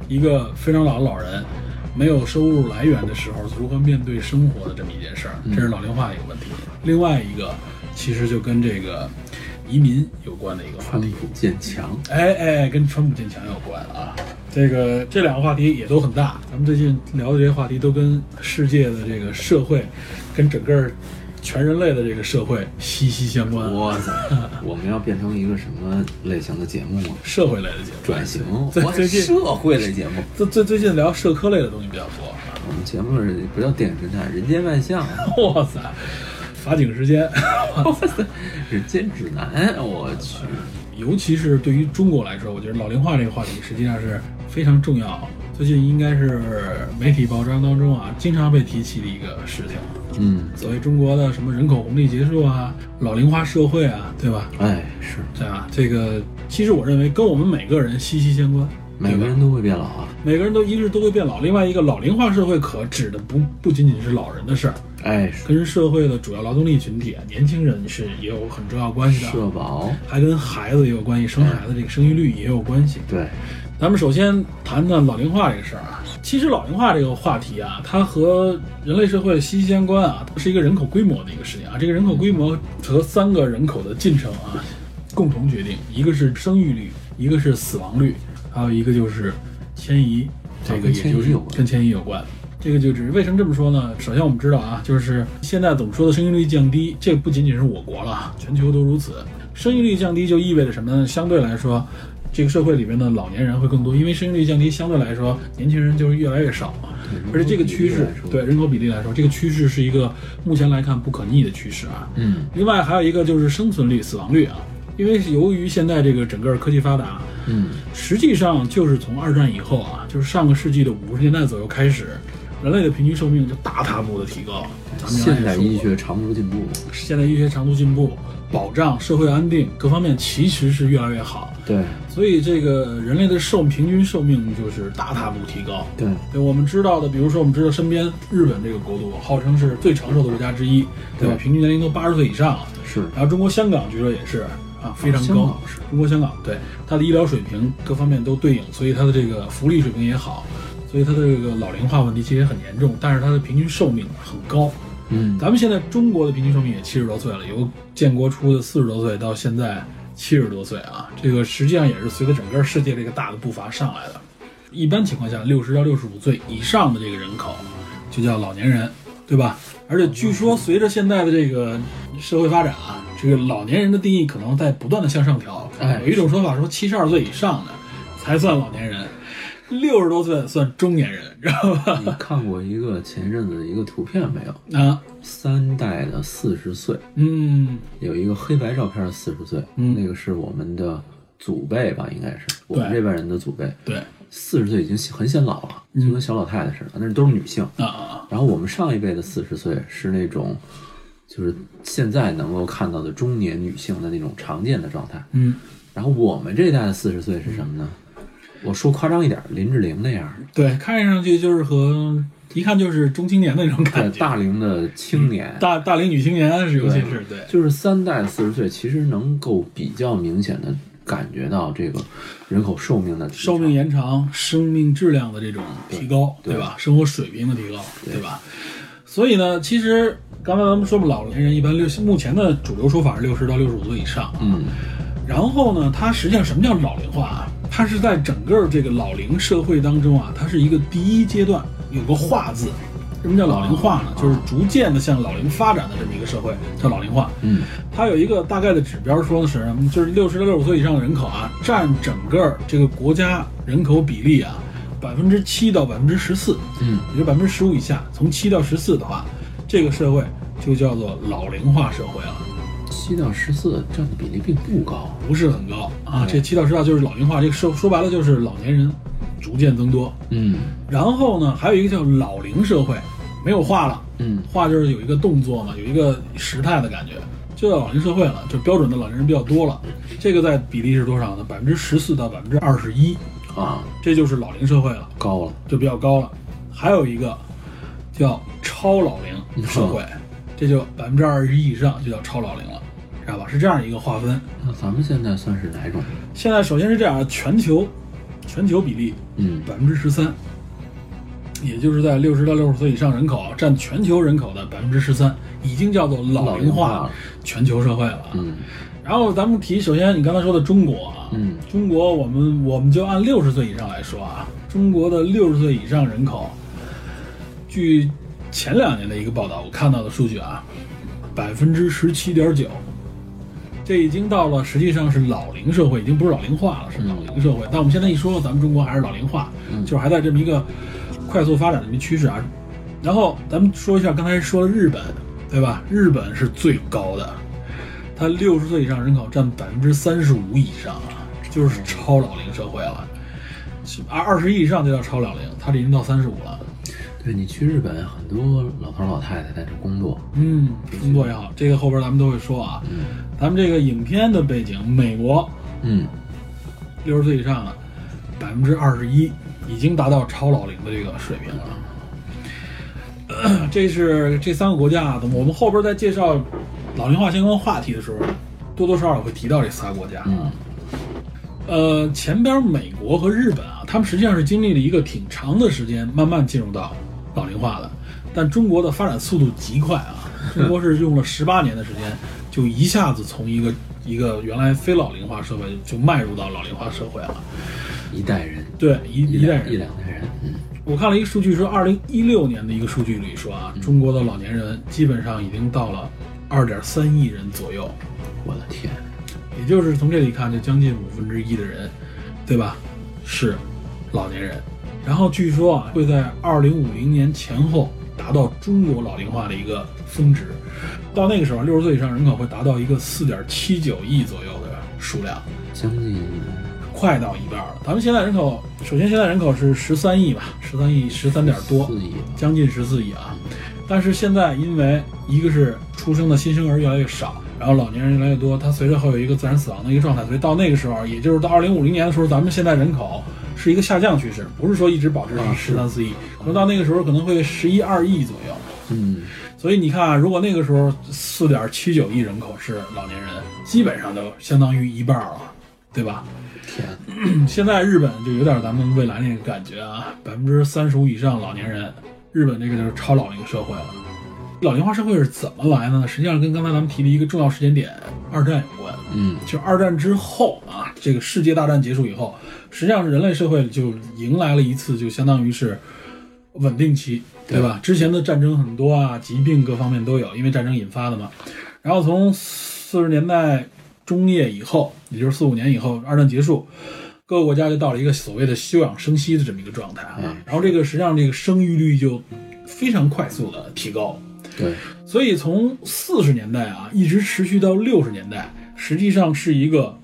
一个非常老的老人，没有收入来源的时候，如何面对生活的这么一件事儿，嗯这是老龄化的一个问题。另外一个其实就跟这个移民有关的一个话川题，普建 强，哎哎，跟川普建强有关啊。这个这两个话题也都很大，咱们最近聊的这些话题都跟世界的这个社会，跟整个全人类的这个社会息息相关啊，我操！我们要变成一个什么类型的节目吗？社会类的节目。转型，对哇最近社会类节目。最最最近聊社科类的东西比较多。 我们节目不叫电影侦探，人间万象，哇塞，法警时间， 人间指南。我去，尤其是对于中国来说，我觉得老龄化这个话题实际上是非常重要。最近应该是媒体报章当中啊，经常被提起的一个事情。嗯，所谓中国的什么人口红利结束啊，老龄化社会啊，对吧？哎，是对吧？这个其实我认为跟我们每个人息息相关，每个人都会变老啊。每个人都一日都会变老。另外一个老龄化社会可指的不不仅仅是老人的事儿，哎，跟社会的主要劳动力群体啊，年轻人是也有很重要关系的，啊社保，还跟孩子也有关系，生孩子这个生育率也有关系。对，咱们首先谈谈老龄化这个事儿啊。其实老龄化这个话题啊，它和人类社会息息相关啊，它是一个人口规模的一个事情啊。这个人口规模和三个人口的进程啊，共同决定，一个是生育率，一个是死亡率，还有一个就是迁移，这个啊跟也迁移就是有关跟迁移有关。这个就只是为什么这么说呢？首先我们知道啊，就是现在怎么说的生育率降低，这不仅仅是我国了，啊全球都如此。生育率降低就意味着什么呢？相对来说，这个社会里边的老年人会更多，因为生育率降低，相对来说年轻人就是越来越少嘛。而且这个趋势人口比例来说，对人口比例来说，这个趋势是一个目前来看不可逆的趋势啊。嗯，另外还有一个就是生存率、死亡率啊，因为由于现在这个整个科技发达，啊嗯，实际上就是从二战以后啊，就是上个世纪的五十年代左右开始，人类的平均寿命就大踏步的提高。咱们原来也现代说过医学长足进步嘛，现代医学长度进步，保障社会安定各方面其实是越来越好，对，所以这个人类的寿平均寿命就是大踏步提高。对，对，我们知道的，比如说我们知道身边日本这个国度号称是最长寿的国家之一，对吧？对平均年龄都八十岁以上了。是，然后中国香港据说也是啊，非常嗯香高港。是中国香港对它的医疗水平各方面都对应，所以它的这个福利水平也好，所以它的这个老龄化问题其实也很严重，但是它的平均寿命很高。嗯，咱们现在中国的平均寿命也七十多岁了，由建国初的四十多岁到现在七十多岁啊，这个实际上也是随着整个世界这个大的步伐上来的。一般情况下，六十到六十五岁以上的这个人口就叫老年人，对吧？而且据说随着现在的这个社会发展啊，这个老年人的定义可能在不断的向上调。哎有一种说法说七十二岁以上的才算老年人，六十多岁算中年人，知道吧？你看过一个前一阵子的一个图片没有？啊，三代的四十岁，嗯，有一个黑白照片的四十岁，嗯那个是我们的祖辈吧，应该是我们对这辈人的祖辈，对，四十岁已经很显老了，嗯就跟小老太太似的，那都是女性。啊啊，然后我们上一辈的四十岁是那种，就是现在能够看到的中年女性的那种常见的状态。嗯，然后我们这一代的四十岁是什么呢？我说夸张一点，林志玲那样，对，看上去就是和一看就是中青年的那种在感觉，大龄的青年，大大龄女青年是尤其是对，就是三代四十岁，其实能够比较明显的感觉到这个人口寿命的提寿命高延长、生命质量的这种提高，对对吧？生活水平的提高，对吧？所以呢，其实刚才咱们说嘛，老年人一般六，目前的主流说法是六十到六十五岁以上。嗯，然后呢，它实际上什么叫老龄化啊？它是在整个这个老龄社会当中啊，它是一个第一阶段，有个化字。什么叫老龄化呢？就是逐渐的向老龄发展的这么一个社会叫老龄化。嗯，它有一个大概的指标，说的是什么？就是六十到六十岁以上的人口啊，占整个这个国家人口比例啊，百分之七到百分之十四。嗯，也就百分之十五以下，从七到十四的话，这个社会就叫做老龄化社会了。七到十四占的比例并不高，不是很高啊。这七到十大就是老龄化，这个说说白了就是老年人逐渐增多。嗯然后呢，还有一个叫老龄社会，没有化了，嗯化就是有一个动作嘛，有一个时态的感觉，就叫老龄社会了，就标准的老年人比较多了。这个在比例是多少呢？百分之十四到百分之二十一，啊，这就是老龄社会了，高了，就比较高了。还有一个叫超老龄社会，这就百分之二十一以上就叫超老龄了，知道吧？是这样一个划分。那咱们现在算是哪种？现在首先是这样，全球全球比例嗯百分之十三，也就是在六十到六十岁以上人口啊占全球人口的百分之十三，已经叫做老龄老龄化化全球社会了。啊嗯然后咱们提，首先你刚才说的中国啊，嗯中国我们我们就按六十岁以上来说啊，中国的六十岁以上人口，据前两年的一个报道，我看到的数据啊，百分之十七点九，这已经到了实际上是老龄社会，已经不是老龄化了，是老龄社会。但我们现在一说，咱们中国还是老龄化，就是还在这么一个快速发展的一个趋势啊。然后咱们说一下刚才说的日本，对吧？日本是最高的，它六十岁以上人口占百分之三十五以上啊，就是超老龄社会了。二二十一以上就叫超老龄，它已经到三十五了。对你去日本，很多老头老太太在这工作，嗯，工作也好，这个后边咱们都会说啊。咱们这个影片的背景，美国嗯，六十岁以上的啊百分之二十一，已经达到超老龄的这个水平了。这是这三个国家，啊怎么我们后边在介绍老龄化相关话题的时候，多多少少会提到这仨国家。啊嗯呃，前边美国和日本啊，他们实际上是经历了一个挺长的时间，慢慢进入到老龄化的。但中国的发展速度极快啊，中国是用了十八年的时间，就一下子从一个一个原来非老龄化社会就迈入到老龄化社会了。一代人，对，一一代人一两代人，嗯，我看了一个数据，说二零一六年的一个数据里说啊，中国的老年人基本上已经到了二点三亿人左右，嗯我的天，也就是从这里看，就将近五分之一的人，对吧？是老年人。然后据说啊，会在二零五零年前后达到中国老龄化的一个峰值，到那个时候，啊六十岁以上人口会达到一个四点七九亿左右的数量。将近快到一半了，咱们现在人口，首先现在人口是十三亿吧，十三亿十三点多，四亿，将近十四亿啊。但是现在因为一个是出生的新生儿越来越少，然后老年人越来越多，它随着会有一个自然死亡的一个状态，所以到那个时候，也就是到二零五零年的时候，咱们现在人口是一个下降趋势，不是说一直保持十三四亿，可能到那个时候可能会十一二亿左右。嗯，所以你看啊，如果那个时候四点七九亿人口是老年人，基本上都相当于一半儿了，对吧？天，嗯现在日本就有点咱们未来那个感觉啊，百分之三十五以上老年人，日本这个就是超老龄社会了。老龄化社会是怎么来的呢？实际上跟刚才咱们提的一个重要时间点——二战有关。嗯，就二战之后啊，这个世界大战结束以后，实际上人类社会就迎来了一次，就相当于是稳定期，对吧？之前的战争很多啊，疾病各方面都有，因为战争引发的嘛。然后从四十年代中叶以后，也就是四五年以后，二战结束，各个国家就到了一个所谓的休养生息的这么一个状态啊。然后这个实际上这个生育率就非常快速的提高，对，所以从四十年代啊，一直持续到六十年代，实际上是一个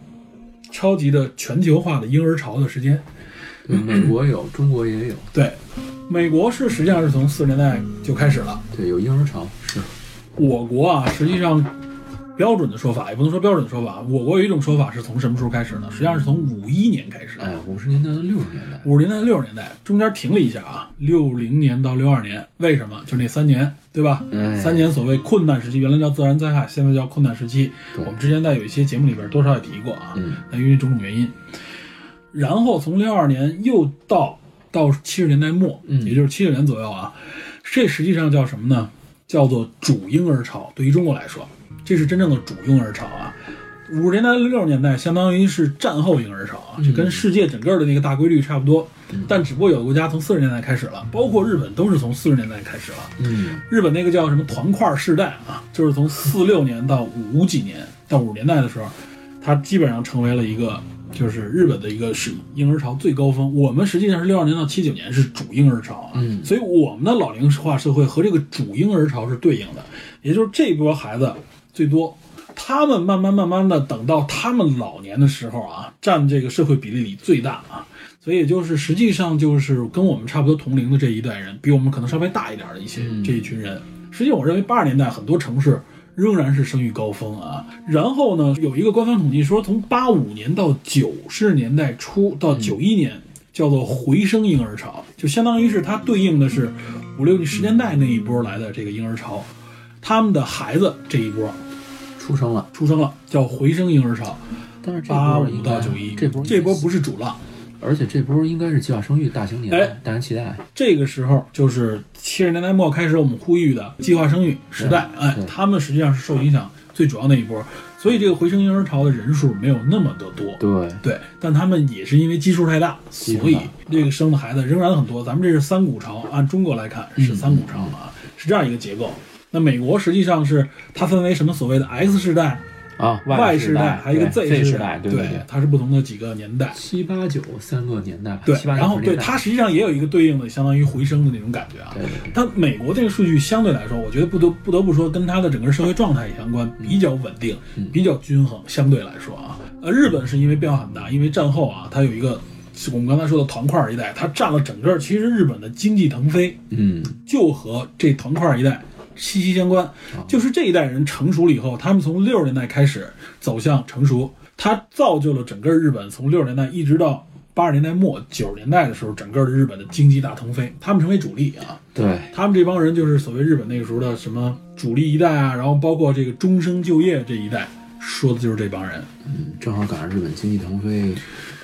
超级的全球化的婴儿潮的时间。对美国有，中国也有，对，美国是实际上是从四十年代就开始了。对，有婴儿潮，是，我国啊，实际上标准的说法也不能说标准的说法，我国有一种说法是从什么时候开始呢？实际上是从五一年开始。哎，五十年代到六十年代，五十年代、六十年代中间停了一下啊，六零年到六二年，为什么？就那三年，对吧？哎三年所谓困难时期，原来叫自然灾害，现在叫困难时期。对我们之前在有一些节目里边多少也提过啊，嗯那因为种种原因，然后从六二年又到到七十年代末，嗯也就是七十年左右啊，这实际上叫什么呢？叫做主婴儿潮。对于中国来说，这是真正的主婴儿潮啊。五十年代、六十年代相当于是战后婴儿潮嗯啊，这跟世界整个的那个大规律差不多。但只不过有的国家从四十年代开始了，包括日本都是从四十年代开始了。嗯，日本那个叫什么团块世代啊，就是从四六年到五几年到五十年代的时候，它基本上成为了一个就是日本的一个是婴儿潮最高峰。我们实际上是六二年到七九年是主婴儿潮啊，嗯所以我们的老龄化社会和这个主婴儿潮是对应的，也就是这波孩子最多。他们慢慢慢慢的等到他们老年的时候啊，占这个社会比例里最大啊，所以也就是实际上就是跟我们差不多同龄的这一代人，比我们可能稍微大一点的一些、嗯这一群人，实际我认为八十年代很多城市仍然是生育高峰啊。然后呢，有一个官方统计说，从八五年到九十年代初到嗯九一年。叫做回升婴儿潮，就相当于是它对应的是五六十年代那一波来的这个婴儿潮，他们的孩子这一波出生了，出生了，叫回升婴儿潮，但是这八波五应到该九一，这波这波应该不是主浪，而且这波应该是计划生育大型年代，哎大行其道，这个时候就是七十年代末开始我们呼吁的计划生育时代，哎，他们实际上是受影响最主要那一波，所以这个回升婴儿潮的人数没有那么的多。对，对，但他们也是因为基数太大，数所大以这个生的孩子仍然很多。咱们这是三股潮，按中国来嗯看是三股潮啊，是这样一个结构。那美国实际上是它分为什么所谓的 X 世代、啊， Y 世代，还有一个对 Z 世代，对对，它是不同的几个年代。七八九三个年代吧，对，七八九然后对十年代它实际上也有一个对应的，相当于回升的那种感觉啊。对对对，但美国这个数据相对来说，我觉得不得不得不说，跟它的整个社会状态也相关，比较稳定，比较均衡。相对来说啊，呃，日本是因为变化很大，因为战后啊，它有一个我们刚才说的团块儿一代，它占了整个其实日本的经济腾飞，嗯，就和这团块儿一代息息相关。就是这一代人成熟了以后，他们从六十年代开始走向成熟，它造就了整个日本从六十年代一直到。八十年代末九十年代的时候，整个的日本的经济大腾飞，他们成为主力啊。对，他们这帮人就是所谓日本那个时候的什么主力一代啊，然后包括这个终生就业这一代，说的就是这帮人。嗯，正好赶上日本经济腾飞，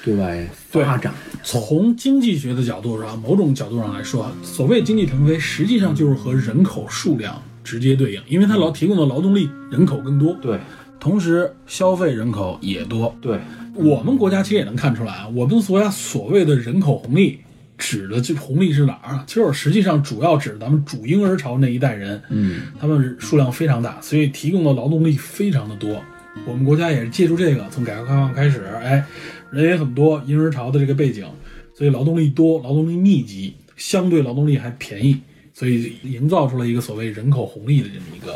对外对发展，从经济学的角度上，某种角度上来说，所谓经济腾飞，实际上就是和人口数量直接对应，因为它劳提供的劳动力人口更多，对同时消费人口也多。对我们国家其实也能看出来啊，我们国家所谓的人口红利，指的这红利是哪儿啊？其实实际上主要指咱们主婴儿潮那一代人，嗯，他们数量非常大，所以提供的劳动力非常的多。我们国家也是借助这个，从改革开放开始，哎，人也很多，婴儿潮的这个背景，所以劳动力多，劳动力密集，相对劳动力还便宜，所以营造出了一个所谓人口红利的这么一个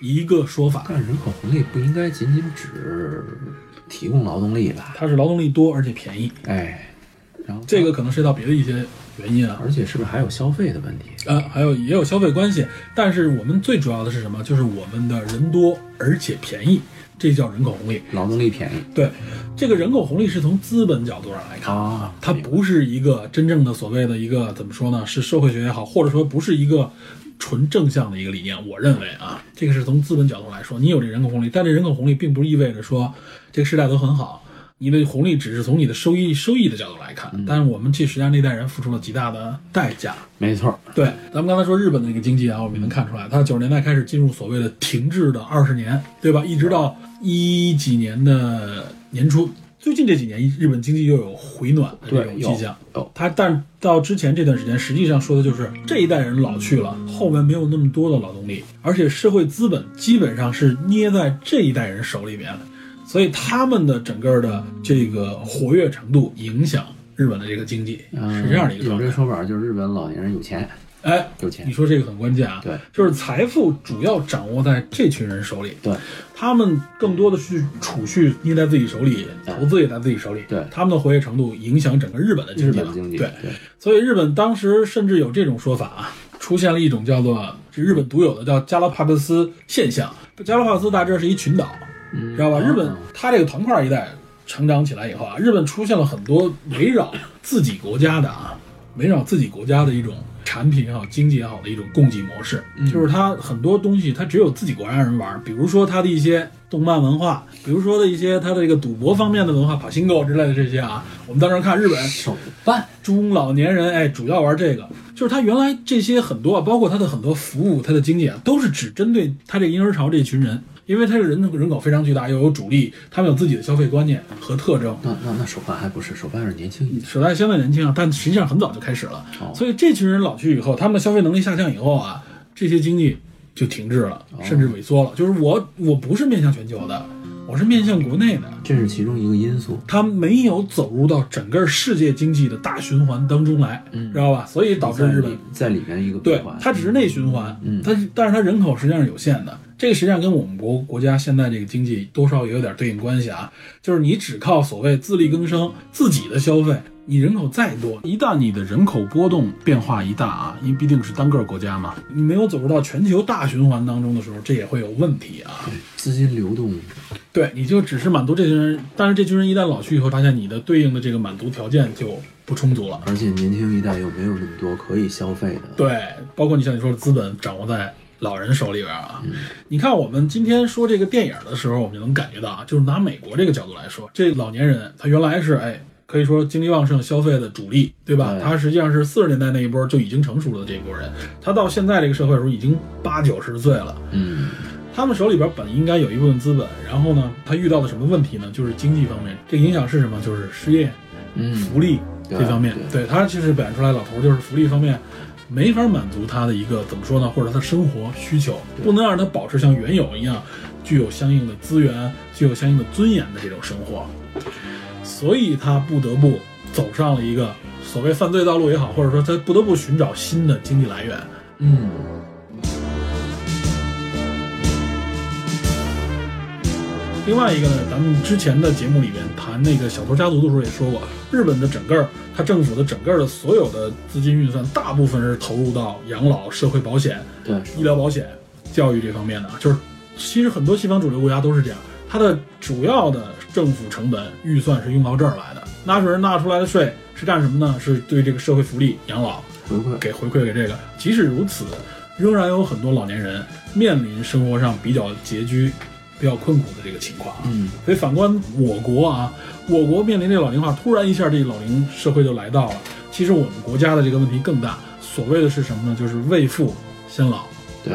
一个说法。但人口红利不应该仅仅只提供劳动力吧？它是劳动力多而且便宜，哎，然后这个可能涉及到别的一些原因啊，而且是不是还有消费的问题？啊，还有也有消费关系，但是我们最主要的是什么？就是我们的人多而且便宜，这叫人口红利。劳动力便宜对，这个人口红利是从资本角度上来看，啊它不是一个真正的所谓的一个怎么说呢？是社会学也好，或者说不是一个纯正向的一个理念。我认为啊，这个是从资本角度来说，你有这人口红利，但这人口红利并不意味着说这个世代都很好。你的红利只是从你的收益收益的角度来看，但是我们这实际上那代人付出了极大的代价。没错，对，咱们刚才说日本的那个经济啊，我们也能看出来，它九十年代开始进入所谓的停滞的二十年，对吧？一直到一几年的年初，最近这几年日本经济又有回暖的这种迹象。有它但到之前这段时间，实际上说的就是这一代人老去了，后面没有那么多的劳动力，而且社会资本基本上是捏在这一代人手里面的，所以他们的整个的这个活跃程度影响日本的这个经济，嗯是这样的一个有状态这。说法，就是日本老年人有钱，哎，有钱你说这个很关键啊。对，就是财富主要掌握在这群人手里，对，他们更多的去储蓄捏在自己手里，投资也在自己手里，对他们的活跃程度影响整个日本的经日济本了。经济对，所以日本当时甚至有这种说法啊，出现了一种叫做是日本独有的叫加拉帕戈斯现象。加拉帕戈斯大致是一群岛，嗯知道吧？嗯日本它这个团块一带成长起来以后啊，日本出现了很多围绕自己国家的啊，围绕自己国家的一种产品也好、经济也好的一种供给模式，就是它很多东西它只有自己国家人玩儿，比如说它的一些动漫文化，比如说的一些它的这个赌博方面的文化，跑新购之类的这些啊，我们当时看日本手办中老年人哎，主要玩这个，就是他原来这些很多啊，包括他的很多服务、他的经济啊，都是只针对他这个婴儿潮这群人，因为他这个人人口非常巨大，又有主力，他们有自己的消费观念和特征。那那那手办还不是手办是年轻一代，时代相对年轻啊，但实际上很早就开始了，哦所以这群人老去以后，他们的消费能力下降以后啊，这些经济就停滞了，哦甚至萎缩了。就是我我不是面向全球的，我是面向国内的，这是其中一个因素。它没有走入到整个世界经济的大循环当中来，知道吧？所以导致嗯在日里本在里面一个对闭环，它只是内循环，它但是它人口实际上是有限的。这个实际上跟我们国国家现在这个经济多少也有点对应关系啊，就是你只靠所谓自力更生、自己的消费，你人口再多，一旦你的人口波动变化一大啊，因为毕竟是单个国家嘛，你没有走入到全球大循环当中的时候，这也会有问题啊。资金流动，对，你就只是满足这群人，但是这群人一旦老去以后，发现你的对应的这个满足条件就不充足了。而且年轻一代又没有那么多可以消费的。对，包括你像你说的资本掌握在老人手里边啊。你看我们今天说这个电影的时候，我们就能感觉到啊，就是拿美国这个角度来说，这老年人他原来是哎。可以说精力旺盛、消费的主力，对吧？对他实际上是四十年代那一波就已经成熟了的这一波人，他到现在这个社会的时候已经八九十岁了，嗯，他们手里边本应该有一部分资本，然后呢，他遇到的什么问题呢？就是经济方面，这个影响是什么？就是失业、嗯福利这方面。对他就是表现出来，老头儿就是福利方面没法满足他的一个怎么说呢，或者他生活需求，不能让他保持像原有一样具有相应的资源、具有相应的尊严的这种生活，所以他不得不走上了一个所谓犯罪道路也好，或者说他不得不寻找新的经济来源。嗯，另外一个呢，咱们之前的节目里面谈那个小偷家族的时候也说过，日本的整个儿它政府的整个儿的所有的资金预算，大部分是投入到养老、社会保险、对，医疗保险、教育这方面的啊，就是其实很多西方主流国家都是这样，它的主要的政府成本预算是用到这儿来的。纳税人纳出来的税是干什么呢？是对这个社会福利、养老回馈给回馈给这个。即使如此，仍然有很多老年人面临生活上比较拮据、比较困苦的这个情况啊。嗯，所以反观我国啊，我国面临这老龄化，突然一下这老龄社会就来到了。其实我们国家的这个问题更大，所谓的是什么呢？就是未富先老。对，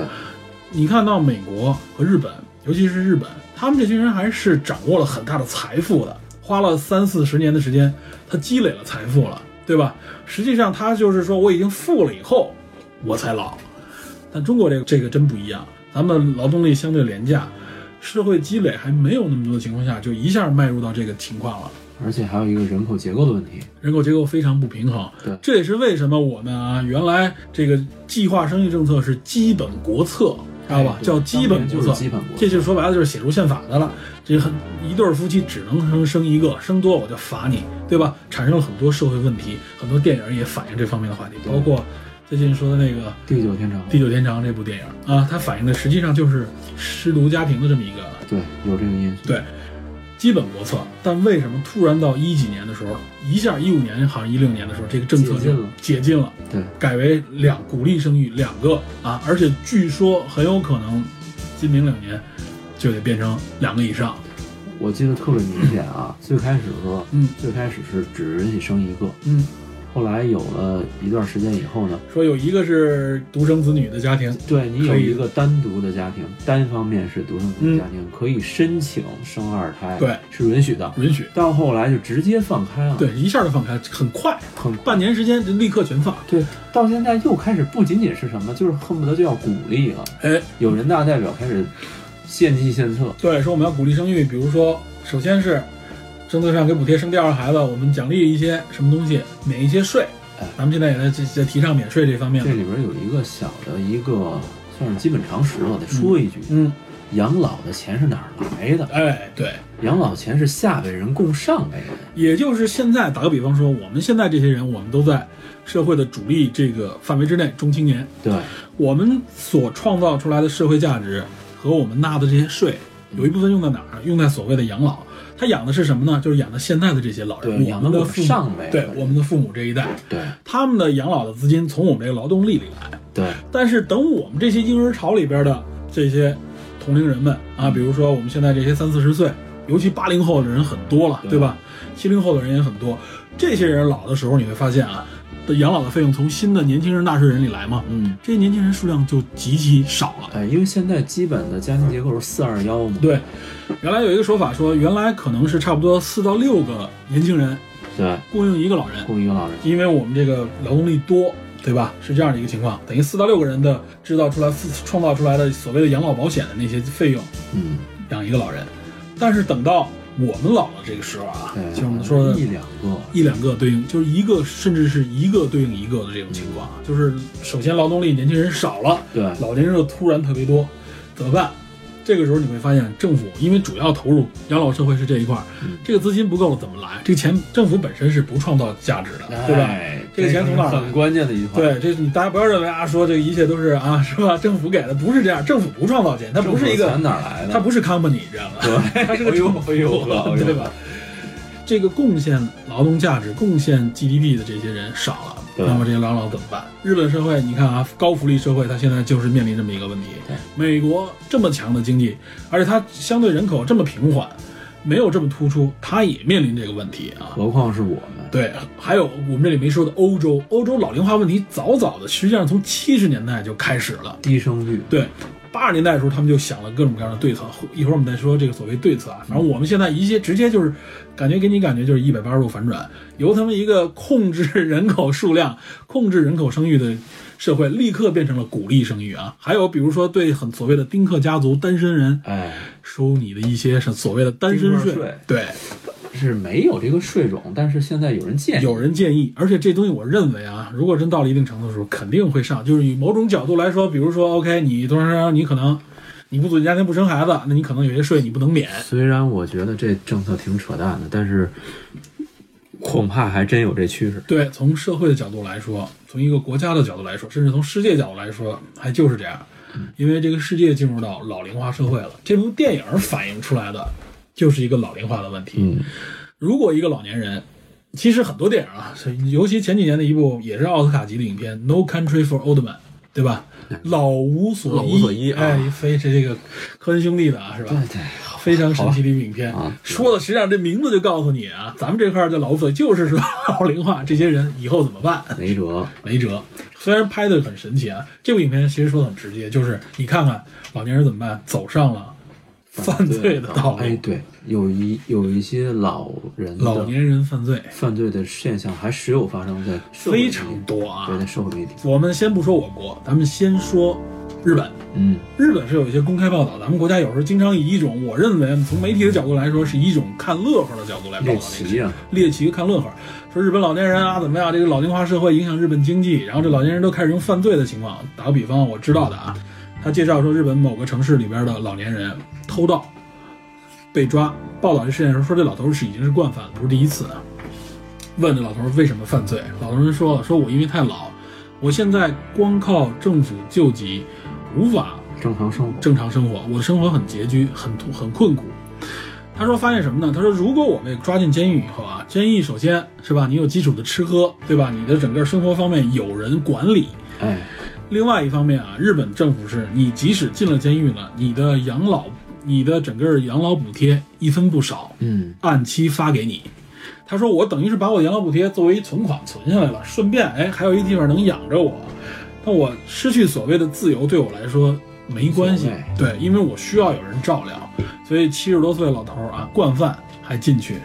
你看到美国和日本，尤其是日本，他们这群人还是掌握了很大的财富的，花了三四十年的时间，他积累了财富了，对吧？实际上他就是说，我已经富了以后，我才老。但中国这个这个真不一样，咱们劳动力相对廉价，社会积累还没有那么多的情况下，就一下迈入到这个情况了。而且还有一个人口结构的问题，人口结构非常不平衡对，这也是为什么我们啊，原来这个计划生育政策是基本国策，知道吧？哎对叫基本国当年就策，是基本国策这就是说白了就是写入宪法的了。这很一对儿夫妻只能生生一个，生多我就罚你，对吧？产生了很多社会问题，很多电影也反映这方面的话题，包括最近说的那个地久天长《地久天长》这部电影啊，它反映的实际上就是失独家庭的这么一个对，有这个因素。对，基本国策。但为什么突然到一几年的时候，一下一五年好像一六年的时候，这个政策解禁就了解禁了，对，改为两鼓励生育两个啊，而且据说很有可能今明两年就得变成两个以上。我记得特别明显啊，最开始的时候，嗯最开始是只允许生一个，嗯，后来有了一段时间以后呢，说有一个是独生子女的家庭，对你有可以一个单独的家庭，单方面是独生子嗯女家庭，可以申请生二胎，对，是允许的。允许，到后来就直接放开了，对，，一下就放开，很快，很半年时间就立刻全放。对，到现在又开始不仅仅是什么，就是恨不得就要鼓励了，哎，有人大代表开始献计献策，对，说我们要鼓励生育，比如说，首先是政策上给补贴生第二个孩子，我们奖励一些什么东西，免一些税哎。咱们现在也在在在提倡免税这方面这。里边有一个小的一个算是基本常识了，得说一句，嗯，养老的钱是哪儿来的？哎，对，养老钱是下辈人供上辈人，也就是现在，打个比方说，我们现在这些人，我们都在社会的主力这个范围之内，中青年，对，我们所创造出来的社会价值和我们纳的这些税，有一部分用在哪儿？用在所谓的养老。他养的是什么呢？就是养的现在的这些老人，对我养们的的我们父母上辈对的人我们的父母这一代。对，他们的养老的资金从我们这个劳动力里来，对，但是等我们这些婴儿潮里边的这些同龄人们啊，比如说我们现在这些三四十岁，尤其八零后的人很多了，对对吧？七零后的人也很多，这些人老的时候你会发现啊，的养老的费用从新的年轻人纳税人里来嘛，嗯，这些年轻人数量就极其少了。哎，因为现在基本的家庭结构是四二幺嘛，对，原来有一个说法说，原来可能是差不多四到六个年轻人对，供应一个老人，供一个老人，因为我们这个劳动力多，对吧？是这样的一个情况，等于四到六个人的制造出来、四创造出来的所谓的养老保险的那些费用，嗯，养一个老人。但是等到我们老了这个时候啊，对，就是我们说的嗯一两个，一两个对应，就是一个甚至是一个对应一个的这种情况啊。嗯就是首先劳动力年轻人少了，对，老年人又突然特别多，怎么办？这个时候你会发现，政府因为主要投入养老社会是这一块儿，嗯这个资金不够了怎么来？这个钱政府本身是不创造价值的，对吧？哎这个钱从哪儿来很关键的一句话，，对，这你大家不要认为啊，说这个一切都是啊，是吧？政府给的不是这样，政府不创造钱，它不是一钱个，哪儿来的？它不是 company 这样的，对，它是个政府，哎呦哎呦哎呦对吧？这个贡献劳动价值、贡献 GDP 的这些人少了，对那么这些养老怎么办？日本社会，你看啊，高福利社会，它现在就是面临这么一个问题。对美国这么强的经济，而且它相对人口这么平缓，没有这么突出，它也面临这个问题啊。哎何况是我们，对，还有我们这里没说的欧洲，欧洲老龄化问题早早的，实际上从七十年代就开始了。低生育，对，八十年代的时候，他们就想了各种各样的对策。一会儿我们再说这个所谓对策啊，反正我们现在一些直接就是感觉给你感觉就是一百八十度反转，由他们一个控制人口数量、控制人口生育的社会，立刻变成了鼓励生育啊。还有比如说对很所谓的丁克家族、单身人哎，收你的一些是所谓的单身丁克税，税对。是没有这个税种，但是现在有人建 议，有人建议，而且这东西我认为啊，如果真到了一定程度的时候，肯定会上。就是以某种角度来说，比如说，OK，你多长时间，你可能你不组建家庭不生孩子，那你可能有些税你不能免。虽然我觉得这政策挺扯淡的，但是恐怕还真有这趋势。对，从社会的角度来说，从一个国家的角度来说，甚至从世界角度来说，还就是这样。因为这个世界进入到老龄化社会了，这部电影反映出来的就是一个老龄化的问题。嗯，如果一个老年人其实很多电影啊， 尤其前几年的一部也是奥斯卡级的影片《No Country for Old Men》，对吧？嗯老无所老无所依啊哎，非是这个科恩兄弟的啊，是吧？对，非常神奇的一部影片啊说的实际上这名字就告诉你啊，咱们这块儿叫老无所依，就是说老龄化，这些人以后怎么办？没辙。没辙。虽然拍的很神奇啊，这部影片其实说的很直接，就是你看看老年人怎么办，走上了犯罪的道哎，路，对，有一有一些老人的老年人犯罪犯罪的现象还时有发生在社会非里常多啊。对在社会媒体，我们先不说我国，咱们先说日本。嗯，日本是有一些公开报道，咱们国家有时候经常以一种我认为从媒体的角度来说，是以一种看乐呵的角度来报道猎这个事奇情。啊，猎奇看乐呵，说日本老年人啊怎么样，这个老龄化社会影响日本经济，然后这老年人都开始用犯罪的情况。打个比方，我知道的啊，他介绍说日本某个城市里边的老年人偷盗被抓，报道这事件的时候说这老头是已经是惯犯了，不是第一次啊。问这老头为什么犯罪，老头人说了，说我因为太老，我现在光靠政府救济无法正常生活。正常生活，我的生活很拮据，很很困苦。他说发现什么呢？他说如果我被抓进监狱以后啊，监狱首先是吧，你有基础的吃喝，对吧？你的整个生活方面有人管理。哎，另外一方面啊，日本政府是你即使进了监狱了，你的养老、你的整个养老补贴一分不少，嗯，按期发给你。他说我等于是把我养老补贴作为存款存下来了，顺便哎还有一地方能养着我。那我失去所谓的自由对我来说没关系无所谓，对，因为我需要有人照料。所以七十多岁的老头儿啊，惯犯还进去，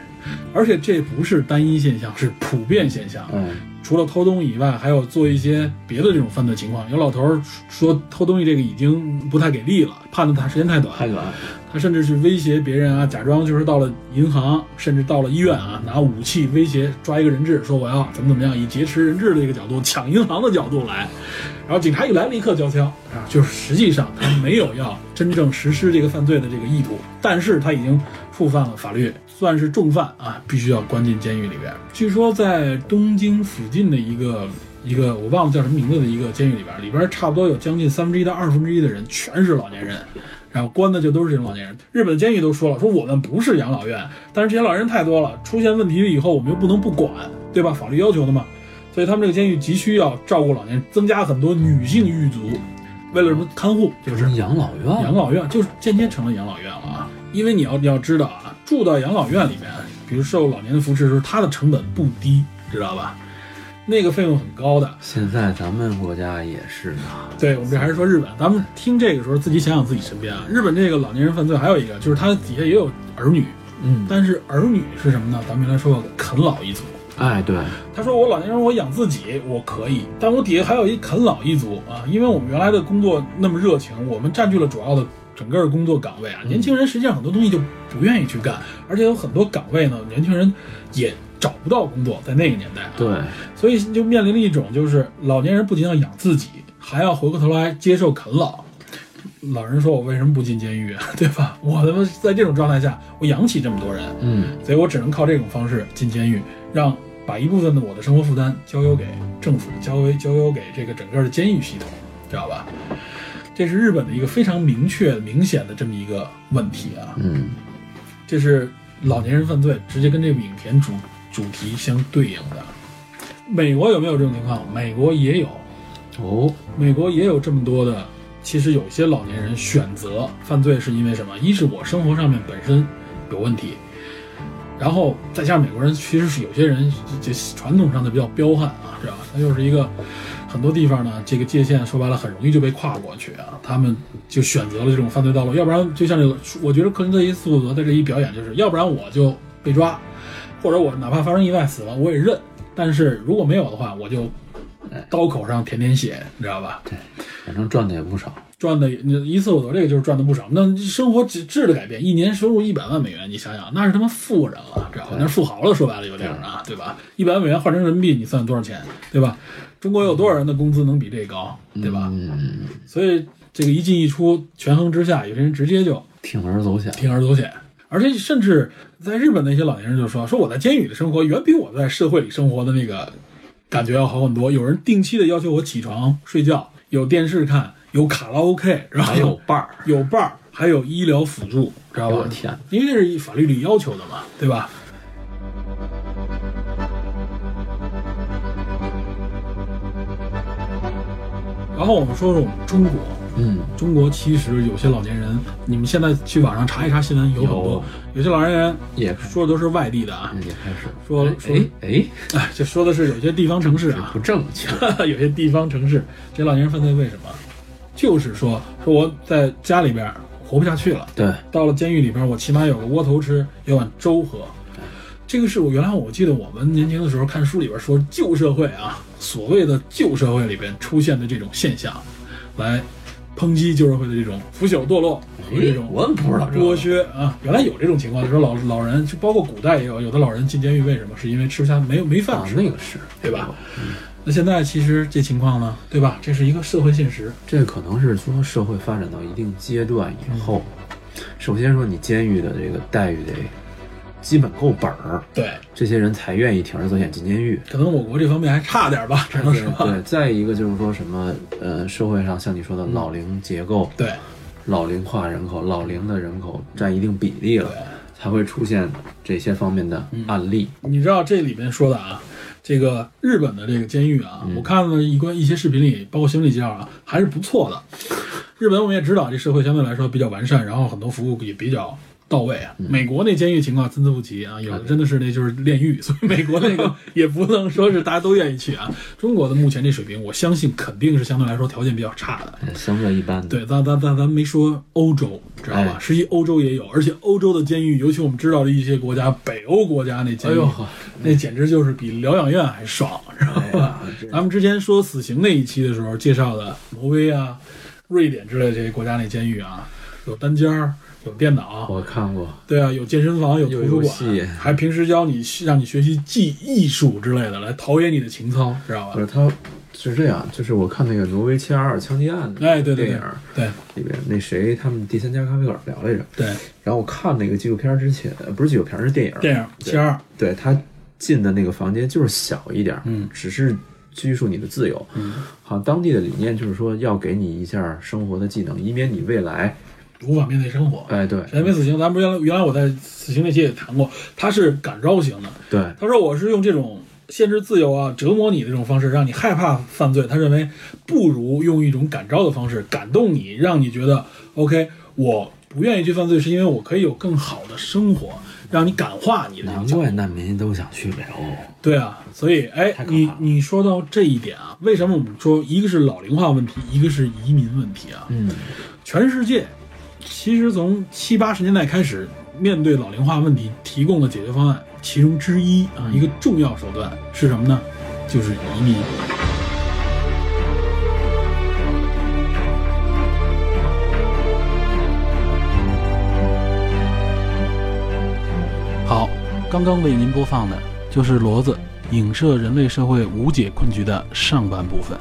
而且这不是单一现象，是普遍现象。哎，除了偷东西以外，还有做一些别的这种犯罪情况。有老头儿说偷东西这个已经不太给力了，判的他时间太短，太短，他甚至去威胁别人啊，假装就是到了银行，甚至到了医院啊，拿武器威胁抓一个人质，说我要怎么怎么样，以劫持人质的一个角度，抢银行的角度来。然后警察一来，立刻交枪啊，就是实际上他没有要真正实施这个犯罪的这个意图，但是他已经触犯了法律，算是重犯啊，必须要关进监狱里边。据说在东京附近的一个。一个我忘了叫什么名字的一个监狱里边，里边差不多有将近三分之一到二分之一的人全是老年人，然后关的就都是这种老年人。日本的监狱都说了，说我们不是养老院，但是这些老人太多了，出现问题以后我们又不能不管，对吧？法律要求的嘛。所以他们这个监狱急需要照顾老年人，增加很多女性狱卒，为了什么看护，就是成养老院养了。老院，就是间接成了养老院了啊。因为你要你要知道啊，住到养老院里面，比如受老年人扶持的时候，它的成本不低，知道吧？那个费用很高的，现在咱们国家也是呢，对我们这还是说日本，咱们听这个时候自己想想自己身边啊。日本这个老年人犯罪还有一个就是他底下也有儿女，嗯，但是儿女是什么呢？咱们原来说过啃老一族。哎，对，他说我老年人我养自己我可以，但我底下还有一啃老一族啊，因为我们原来的工作那么热情，我们占据了主要的整个工作岗位啊。年轻人实际上很多东西就不愿意去干，而且有很多岗位呢，年轻人也找不到工作，在那个年代啊。对，所以就面临了一种就是老年人不仅要养自己，还要回过头来接受啃老。老人说：“我为什么不进监狱啊？对吧？我他妈在这种状态下，我养不起这么多人，嗯，所以我只能靠这种方式进监狱，让把一部分的我的生活负担交由给政府，交由交由给这个整个的监狱系统，知道吧？这是日本的一个非常明确、明显的这么一个问题啊。嗯，这是老年人犯罪，直接跟这部影片主主题相对应的。美国有没有这种情况？美国也有，哦，美国也有这么多的。其实有些老年人选择犯罪是因为什么？一是我生活上面本身有问题，然后再加上美国人其实是有些人这传统上的比较彪悍啊，知道吧？他就是一个很多地方呢，这个界限说白了很容易就被跨过去啊，他们就选择了这种犯罪道路，要不然就像这个，我觉得克林特·伊斯伍德的这一表演就是，要不然我啊就被抓，或者我哪怕发生意外死了我也认，但是如果没有的话，我就刀口上舔舔血，你知道吧？反正赚的也不少，赚的一次我得这个就是赚的不少，那生活质质的改变，一年收入一百万美元，你想想那是他妈富人了，知道吧？那是富豪了，说白了有点儿啊，对吧？一百万美元换成人民币，你算多少钱，对吧？中国有多少人的工资能比这高，对吧？嗯，所以这个一进一出权衡之下，有些人直接就铤而走险，铤而走险，而且甚至在日本那些老年人就说，说我在监狱里的生活远比我在社会里生活的那个感觉要好很多。有人定期的要求我起床睡觉，有电视看，有卡拉 OK，然后还有伴儿，有伴儿，还有医疗辅助，知道吧？我天，因为这是法律里要求的嘛，对吧？然后我们说说我们中国，嗯，中国其实有些老年人，你们现在去网上查一查新闻，有很多有些老年人也说的都是外地的啊，也开始说说哎哎， 哎，这说的是有些地方城市这啊不，正确。 有些地方城市，这老年人犯罪为什么？就是说说我在家里边活不下去了，对，到了监狱里边，我起码有个窝头吃，有碗粥喝。这个是我原来我记得我们年轻的时候看书里边说旧社会啊，所谓的旧社会里边出现的这种现象，来抨击旧社会的这种腐朽堕落和这种哎我怎么嗯不知道这剥个？削啊。原来有这种情况，就是说老老人，就包括古代也有，有的老人进监狱为什么？是因为吃不下没有没饭啊，吃，那个是对吧？嗯那现在其实这情况呢，对吧？这是一个社会现实，这可能是说社会发展到一定阶段嗯以后，首先说你监狱的这个待遇得基本够本儿，对，这些人才愿意铤而走险进 监狱。可能我国这方面还差点吧，只能对说对，再一个就是说什么呃，社会上像你说的老龄结构、对老龄化人口、老龄的人口占一定比例了对，才会出现这些方面的案例。你知道这里面说的啊，这个日本的这个监狱啊，我看了一关一些视频里，包括新闻里介绍啊，还是不错的。日本我们也知道，这社会相对来说比较完善，然后很多服务也比较到位啊。美国那监狱情况参差不齐啊，有的真的是那就是炼狱， 所以美国那个也不能说是大家都愿意去啊。中国的目前这水平，我相信肯定是相对来说条件比较差的。呃相对一般的，对，咱咱咱咱没说欧洲，知道吧哎？实际欧洲也有，而且欧洲的监狱，尤其我们知道的一些国家，北欧国家那监狱，哎呦呵那简直就是比疗养院还爽，知道 吧？咱们之前说死刑那一期的时候介绍的挪威啊、瑞典之类的这些国家那监狱啊，有单间儿，有电脑，我看过，对啊，有健身房，有图书哦有游戏馆，还平时教你让你学习技艺术之类的，来陶冶你的情操，知道不吧？是他是这样，就是我看那个挪威七二二枪击案的哎，对对电对影儿对里边，那谁他们第三家咖啡馆聊来着，对，然后我看那个纪录片之前，呃不是纪录片是电影，电影七二二，对他进的那个房间就是小一点，嗯，只是拘束你的自由。嗯，好，当地的理念就是说要给你一下生活的技能，以免你未来，无法面对生活。哎，对，人没死刑，咱们原来原来我在死刑那期也谈过，他是感召型的。对，他说我是用这种限制自由啊、折磨你的这种方式，让你害怕犯罪。他认为不如用一种感召的方式感动你，让你觉得 OK，我不愿意去犯罪，是因为我可以有更好的生活，让你感化你的这难种想法。怪难民都想去北欧，对啊，所以哎太，可怕你了你说到这一点啊，为什么我们说一个是老龄化问题，一个是移民问题啊？嗯，全世界其实从七八十年代开始，面对老龄化问题提供了解决方案，其中之一啊，一个重要手段是什么呢？就是移民。好，刚刚为您播放的就是骡子影射人类社会无解困局的上半部分。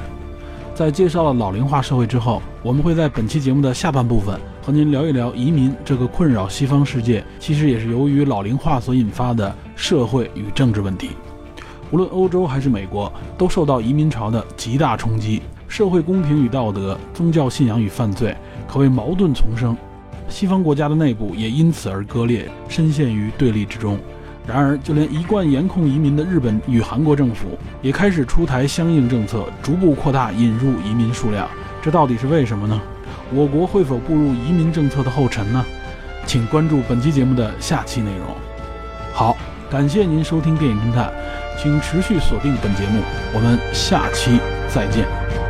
在介绍了老龄化社会之后，我们会在本期节目的下半部分和您聊一聊移民这个困扰西方世界，其实也是由于老龄化所引发的社会与政治问题。无论欧洲还是美国，都受到移民潮的极大冲击，社会公平与道德、宗教信仰与犯罪可谓矛盾丛生。西方国家的内部也因此而割裂，深陷于对立之中。然而，就连一贯严控移民的日本与韩国政府，也开始出台相应政策，逐步扩大引入移民数量。这到底是为什么呢？我国会否步入移民政策的后尘呢？请关注本期节目的下期内容。好，感谢您收听《电影侦探》，请持续锁定本节目，我们下期再见。